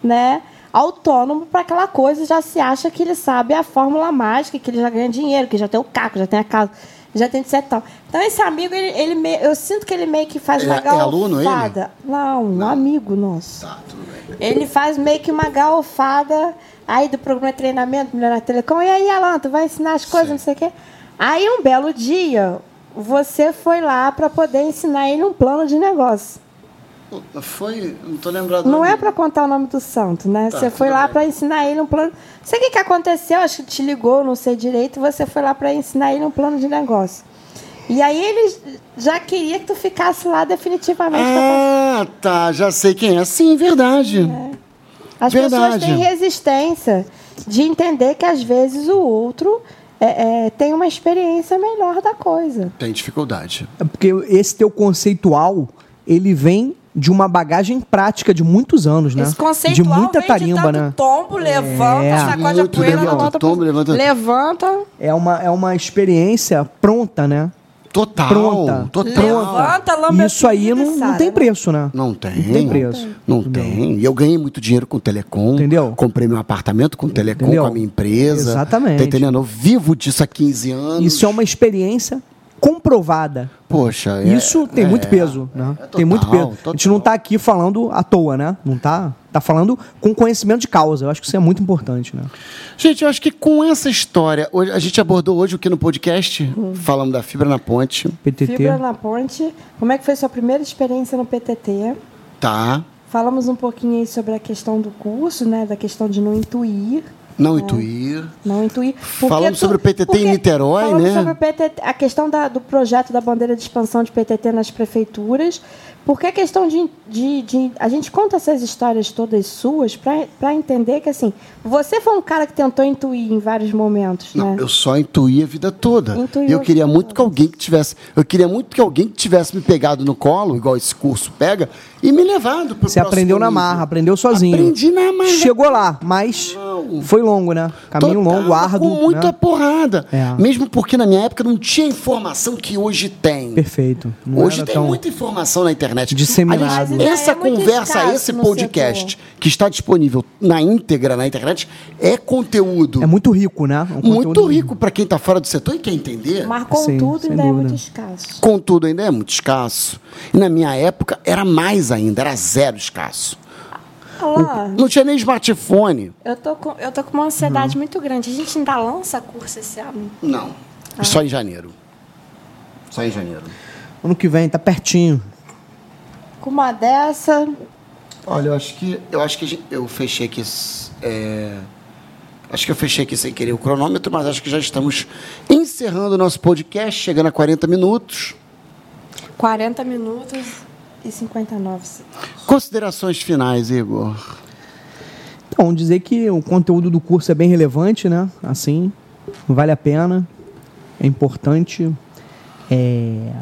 [SPEAKER 3] né? Autônomo para aquela coisa, já se acha que ele sabe a fórmula mágica, que ele já ganha dinheiro, que já tem o caco, já tem a casa, já tem de certo tal. Então, esse amigo, ele, ele me- eu sinto que ele meio que faz
[SPEAKER 2] É-
[SPEAKER 3] uma
[SPEAKER 2] é aluno ele?
[SPEAKER 3] galofada. Não, um amigo nosso.
[SPEAKER 2] Tá, tudo bem.
[SPEAKER 3] Ele faz meio que uma galfada aí do programa de treinamento Milionário Telecom. E aí, Alan, tu vai ensinar as coisas, não sei o quê. Aí, um belo dia, você foi lá para poder ensinar ele um plano de negócio.
[SPEAKER 2] Foi, não tô lembrado.
[SPEAKER 3] Não é para contar o nome do santo, né?
[SPEAKER 2] Tá,
[SPEAKER 3] você foi
[SPEAKER 2] tudo
[SPEAKER 3] lá
[SPEAKER 2] bem.
[SPEAKER 3] para ensinar ele um plano. Não sei o que, que aconteceu, acho que te ligou, não sei direito. e Você foi lá para ensinar ele um plano de negócio. E aí, ele já queria que tu ficasse lá definitivamente. é pra
[SPEAKER 1] É,
[SPEAKER 3] É.
[SPEAKER 2] Ah, tá, já sei quem é. Sim, verdade.
[SPEAKER 3] As pessoas
[SPEAKER 2] Verdade.
[SPEAKER 3] têm resistência de entender que às vezes o outro é, é, tem uma experiência melhor da coisa.
[SPEAKER 2] Tem dificuldade.
[SPEAKER 1] É porque esse teu conceitual, ele vem de uma bagagem prática de muitos anos, né?
[SPEAKER 4] Esse conceitual
[SPEAKER 1] de
[SPEAKER 4] vem
[SPEAKER 1] muita
[SPEAKER 4] de
[SPEAKER 1] tarimba,
[SPEAKER 4] tanto
[SPEAKER 1] né?
[SPEAKER 4] tombo, levanta,
[SPEAKER 1] É.
[SPEAKER 4] sacode a
[SPEAKER 2] Muito
[SPEAKER 4] poeira,
[SPEAKER 2] levanta,
[SPEAKER 4] volta
[SPEAKER 2] tombo, levanta.
[SPEAKER 4] levanta,
[SPEAKER 1] É uma, é uma experiência pronta, né?
[SPEAKER 2] Total.
[SPEAKER 1] Pronta.
[SPEAKER 2] Total.
[SPEAKER 4] levanta, lambe a
[SPEAKER 1] Isso aí
[SPEAKER 4] ferida e
[SPEAKER 1] não, não
[SPEAKER 4] sara,
[SPEAKER 1] tem
[SPEAKER 4] né?
[SPEAKER 1] preço, né?
[SPEAKER 2] Não tem.
[SPEAKER 1] Não tem preço.
[SPEAKER 2] Não tem. E eu ganhei muito dinheiro com telecom.
[SPEAKER 1] Entendeu?
[SPEAKER 2] Comprei meu apartamento com telecom,
[SPEAKER 1] Entendeu?
[SPEAKER 2] com a minha empresa.
[SPEAKER 1] Exatamente. um
[SPEAKER 2] Tá entendendo? Eu vivo disso há 15 anos.
[SPEAKER 1] Isso é uma é experiência comprovada.
[SPEAKER 2] Poxa, é-
[SPEAKER 1] Isso tem
[SPEAKER 2] é-
[SPEAKER 1] muito peso, né?
[SPEAKER 2] é
[SPEAKER 1] tem muito
[SPEAKER 2] total,
[SPEAKER 1] peso. A gente não
[SPEAKER 2] total.
[SPEAKER 1] tá aqui falando à toa, né? Não tá, tá falando com conhecimento de causa. Eu acho que isso é muito importante, né?
[SPEAKER 2] Gente, eu acho que com essa história, hoje- a gente abordou hoje o que no podcast?
[SPEAKER 1] Uhum.
[SPEAKER 2] Falamos da fibra na ponte.
[SPEAKER 1] PTT.
[SPEAKER 3] Fibra na Ponte. Como é que foi sua primeira experiência no PTT?
[SPEAKER 2] Tá.
[SPEAKER 3] Falamos um pouquinho aí sobre a questão do curso, né? Da questão de não intuir.
[SPEAKER 1] Uhum.
[SPEAKER 2] Não intuir.
[SPEAKER 3] Não intuir. Porque
[SPEAKER 2] Falamos
[SPEAKER 3] tu-
[SPEAKER 2] sobre o PTT em Niterói,
[SPEAKER 3] falamos
[SPEAKER 2] né?
[SPEAKER 3] sobre o PTT, a questão da- do projeto da bandeira de expansão de PTT nas prefeituras. Porque a questão de. de- de- a gente conta essas histórias todas suas para entender que, assim, você foi um cara que tentou intuir em vários momentos,
[SPEAKER 2] Não,
[SPEAKER 1] É.
[SPEAKER 3] né?
[SPEAKER 2] eu só intuí a vida toda.
[SPEAKER 3] Intuiu
[SPEAKER 2] E eu
[SPEAKER 3] a
[SPEAKER 2] queria
[SPEAKER 3] vida
[SPEAKER 2] muito
[SPEAKER 3] toda.
[SPEAKER 2] que alguém que tivesse, eu queria muito que alguém que tivesse me pegado no colo, igual esse curso pega, e me levado pro
[SPEAKER 1] Você
[SPEAKER 2] próximo
[SPEAKER 1] aprendeu na
[SPEAKER 2] nível.
[SPEAKER 1] marra, aprendeu sozinho.
[SPEAKER 2] Aprendi na marra.
[SPEAKER 1] Chegou lá, mas foi longo, né? Caminho
[SPEAKER 2] Total,
[SPEAKER 1] longo, árduo.
[SPEAKER 2] Com muita
[SPEAKER 1] né?
[SPEAKER 2] porrada.
[SPEAKER 1] É.
[SPEAKER 2] Mesmo porque na minha época não tinha informação que hoje tem.
[SPEAKER 1] Perfeito. Não
[SPEAKER 2] Hoje
[SPEAKER 1] era
[SPEAKER 2] tem
[SPEAKER 1] tão-
[SPEAKER 2] muita informação na internet.
[SPEAKER 1] Disseminado.
[SPEAKER 2] Aliás,
[SPEAKER 3] Mas ainda
[SPEAKER 2] essa
[SPEAKER 3] é muito
[SPEAKER 2] conversa,
[SPEAKER 3] escasso
[SPEAKER 2] esse
[SPEAKER 3] no
[SPEAKER 2] podcast
[SPEAKER 3] setor.
[SPEAKER 2] que está disponível na íntegra na internet é conteúdo
[SPEAKER 1] É muito rico, né? É um
[SPEAKER 2] muito
[SPEAKER 1] conteúdo-
[SPEAKER 2] rico para quem está fora do setor e quer entender.
[SPEAKER 3] Mas,
[SPEAKER 1] Sim,
[SPEAKER 3] contudo,
[SPEAKER 1] sem
[SPEAKER 3] ainda é
[SPEAKER 1] dúvida.
[SPEAKER 3] muito escasso.
[SPEAKER 2] Contudo, ainda é muito escasso. E na minha época era mais ainda, era zero escasso.
[SPEAKER 3] Alain,
[SPEAKER 2] Não tinha nem smartphone.
[SPEAKER 3] Eu tô com, eu tô com uma ansiedade
[SPEAKER 2] Uhum.
[SPEAKER 3] muito grande. A gente ainda lança curso esse ano?
[SPEAKER 2] Não. Só em janeiro. Só em janeiro.
[SPEAKER 1] Ano que vem, tá pertinho.
[SPEAKER 3] Com uma dessa.
[SPEAKER 2] Olha, eu acho que. Eu acho que a gente- eu fechei aqui. s- é, acho que eu fechei aqui sem querer o cronômetro, mas acho que já estamos encerrando o nosso podcast, chegando a 40 minutos.
[SPEAKER 3] 40 minutos e 59 segundos.
[SPEAKER 2] Considerações finais, Igor.
[SPEAKER 1] Então, dizer que o conteúdo do curso é bem relevante, né? Assim, vale a pena, é importante. É,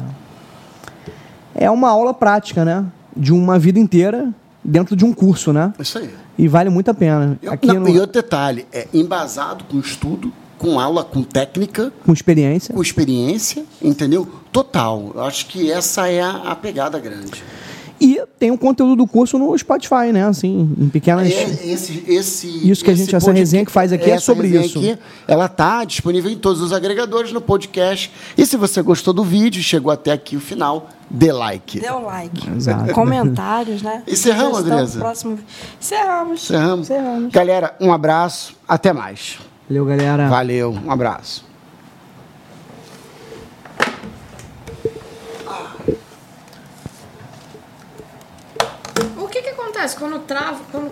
[SPEAKER 1] é uma aula prática, né? De uma vida inteira dentro de um curso, né?
[SPEAKER 2] É Isso aí.
[SPEAKER 1] E vale muito a pena.
[SPEAKER 2] Eu-
[SPEAKER 1] Aqui
[SPEAKER 2] não,
[SPEAKER 1] no-
[SPEAKER 2] E outro detalhe, é embasado com estudo, com aula, com técnica.
[SPEAKER 1] com experiência.
[SPEAKER 2] com experiência, entendeu? Total. Eu acho que essa é a, a pegada grande.
[SPEAKER 1] E tem o conteúdo do curso no Spotify, né? Assim, em pequenas.
[SPEAKER 2] É, esse, esse,
[SPEAKER 1] Isso que a
[SPEAKER 2] esse
[SPEAKER 1] gente- essa
[SPEAKER 2] podcast-
[SPEAKER 1] resenha que faz aqui é
[SPEAKER 2] essa
[SPEAKER 1] sobre
[SPEAKER 2] resenha
[SPEAKER 1] isso.
[SPEAKER 2] aqui, ela tá disponível em todos os agregadores no podcast. E se você gostou do vídeo e chegou até aqui o final, dê like.
[SPEAKER 3] Deu like.
[SPEAKER 1] Exato.
[SPEAKER 3] Comentários, né?
[SPEAKER 2] Encerramos,
[SPEAKER 3] Sugestão
[SPEAKER 2] Andresa?
[SPEAKER 3] pro Próximo... Encerramos.
[SPEAKER 2] Encerramos.
[SPEAKER 3] Encerramos.
[SPEAKER 2] Galera, um abraço. Até mais.
[SPEAKER 1] Valeu, galera.
[SPEAKER 2] Valeu. Um abraço.
[SPEAKER 5] O que, que acontece quando trava, quando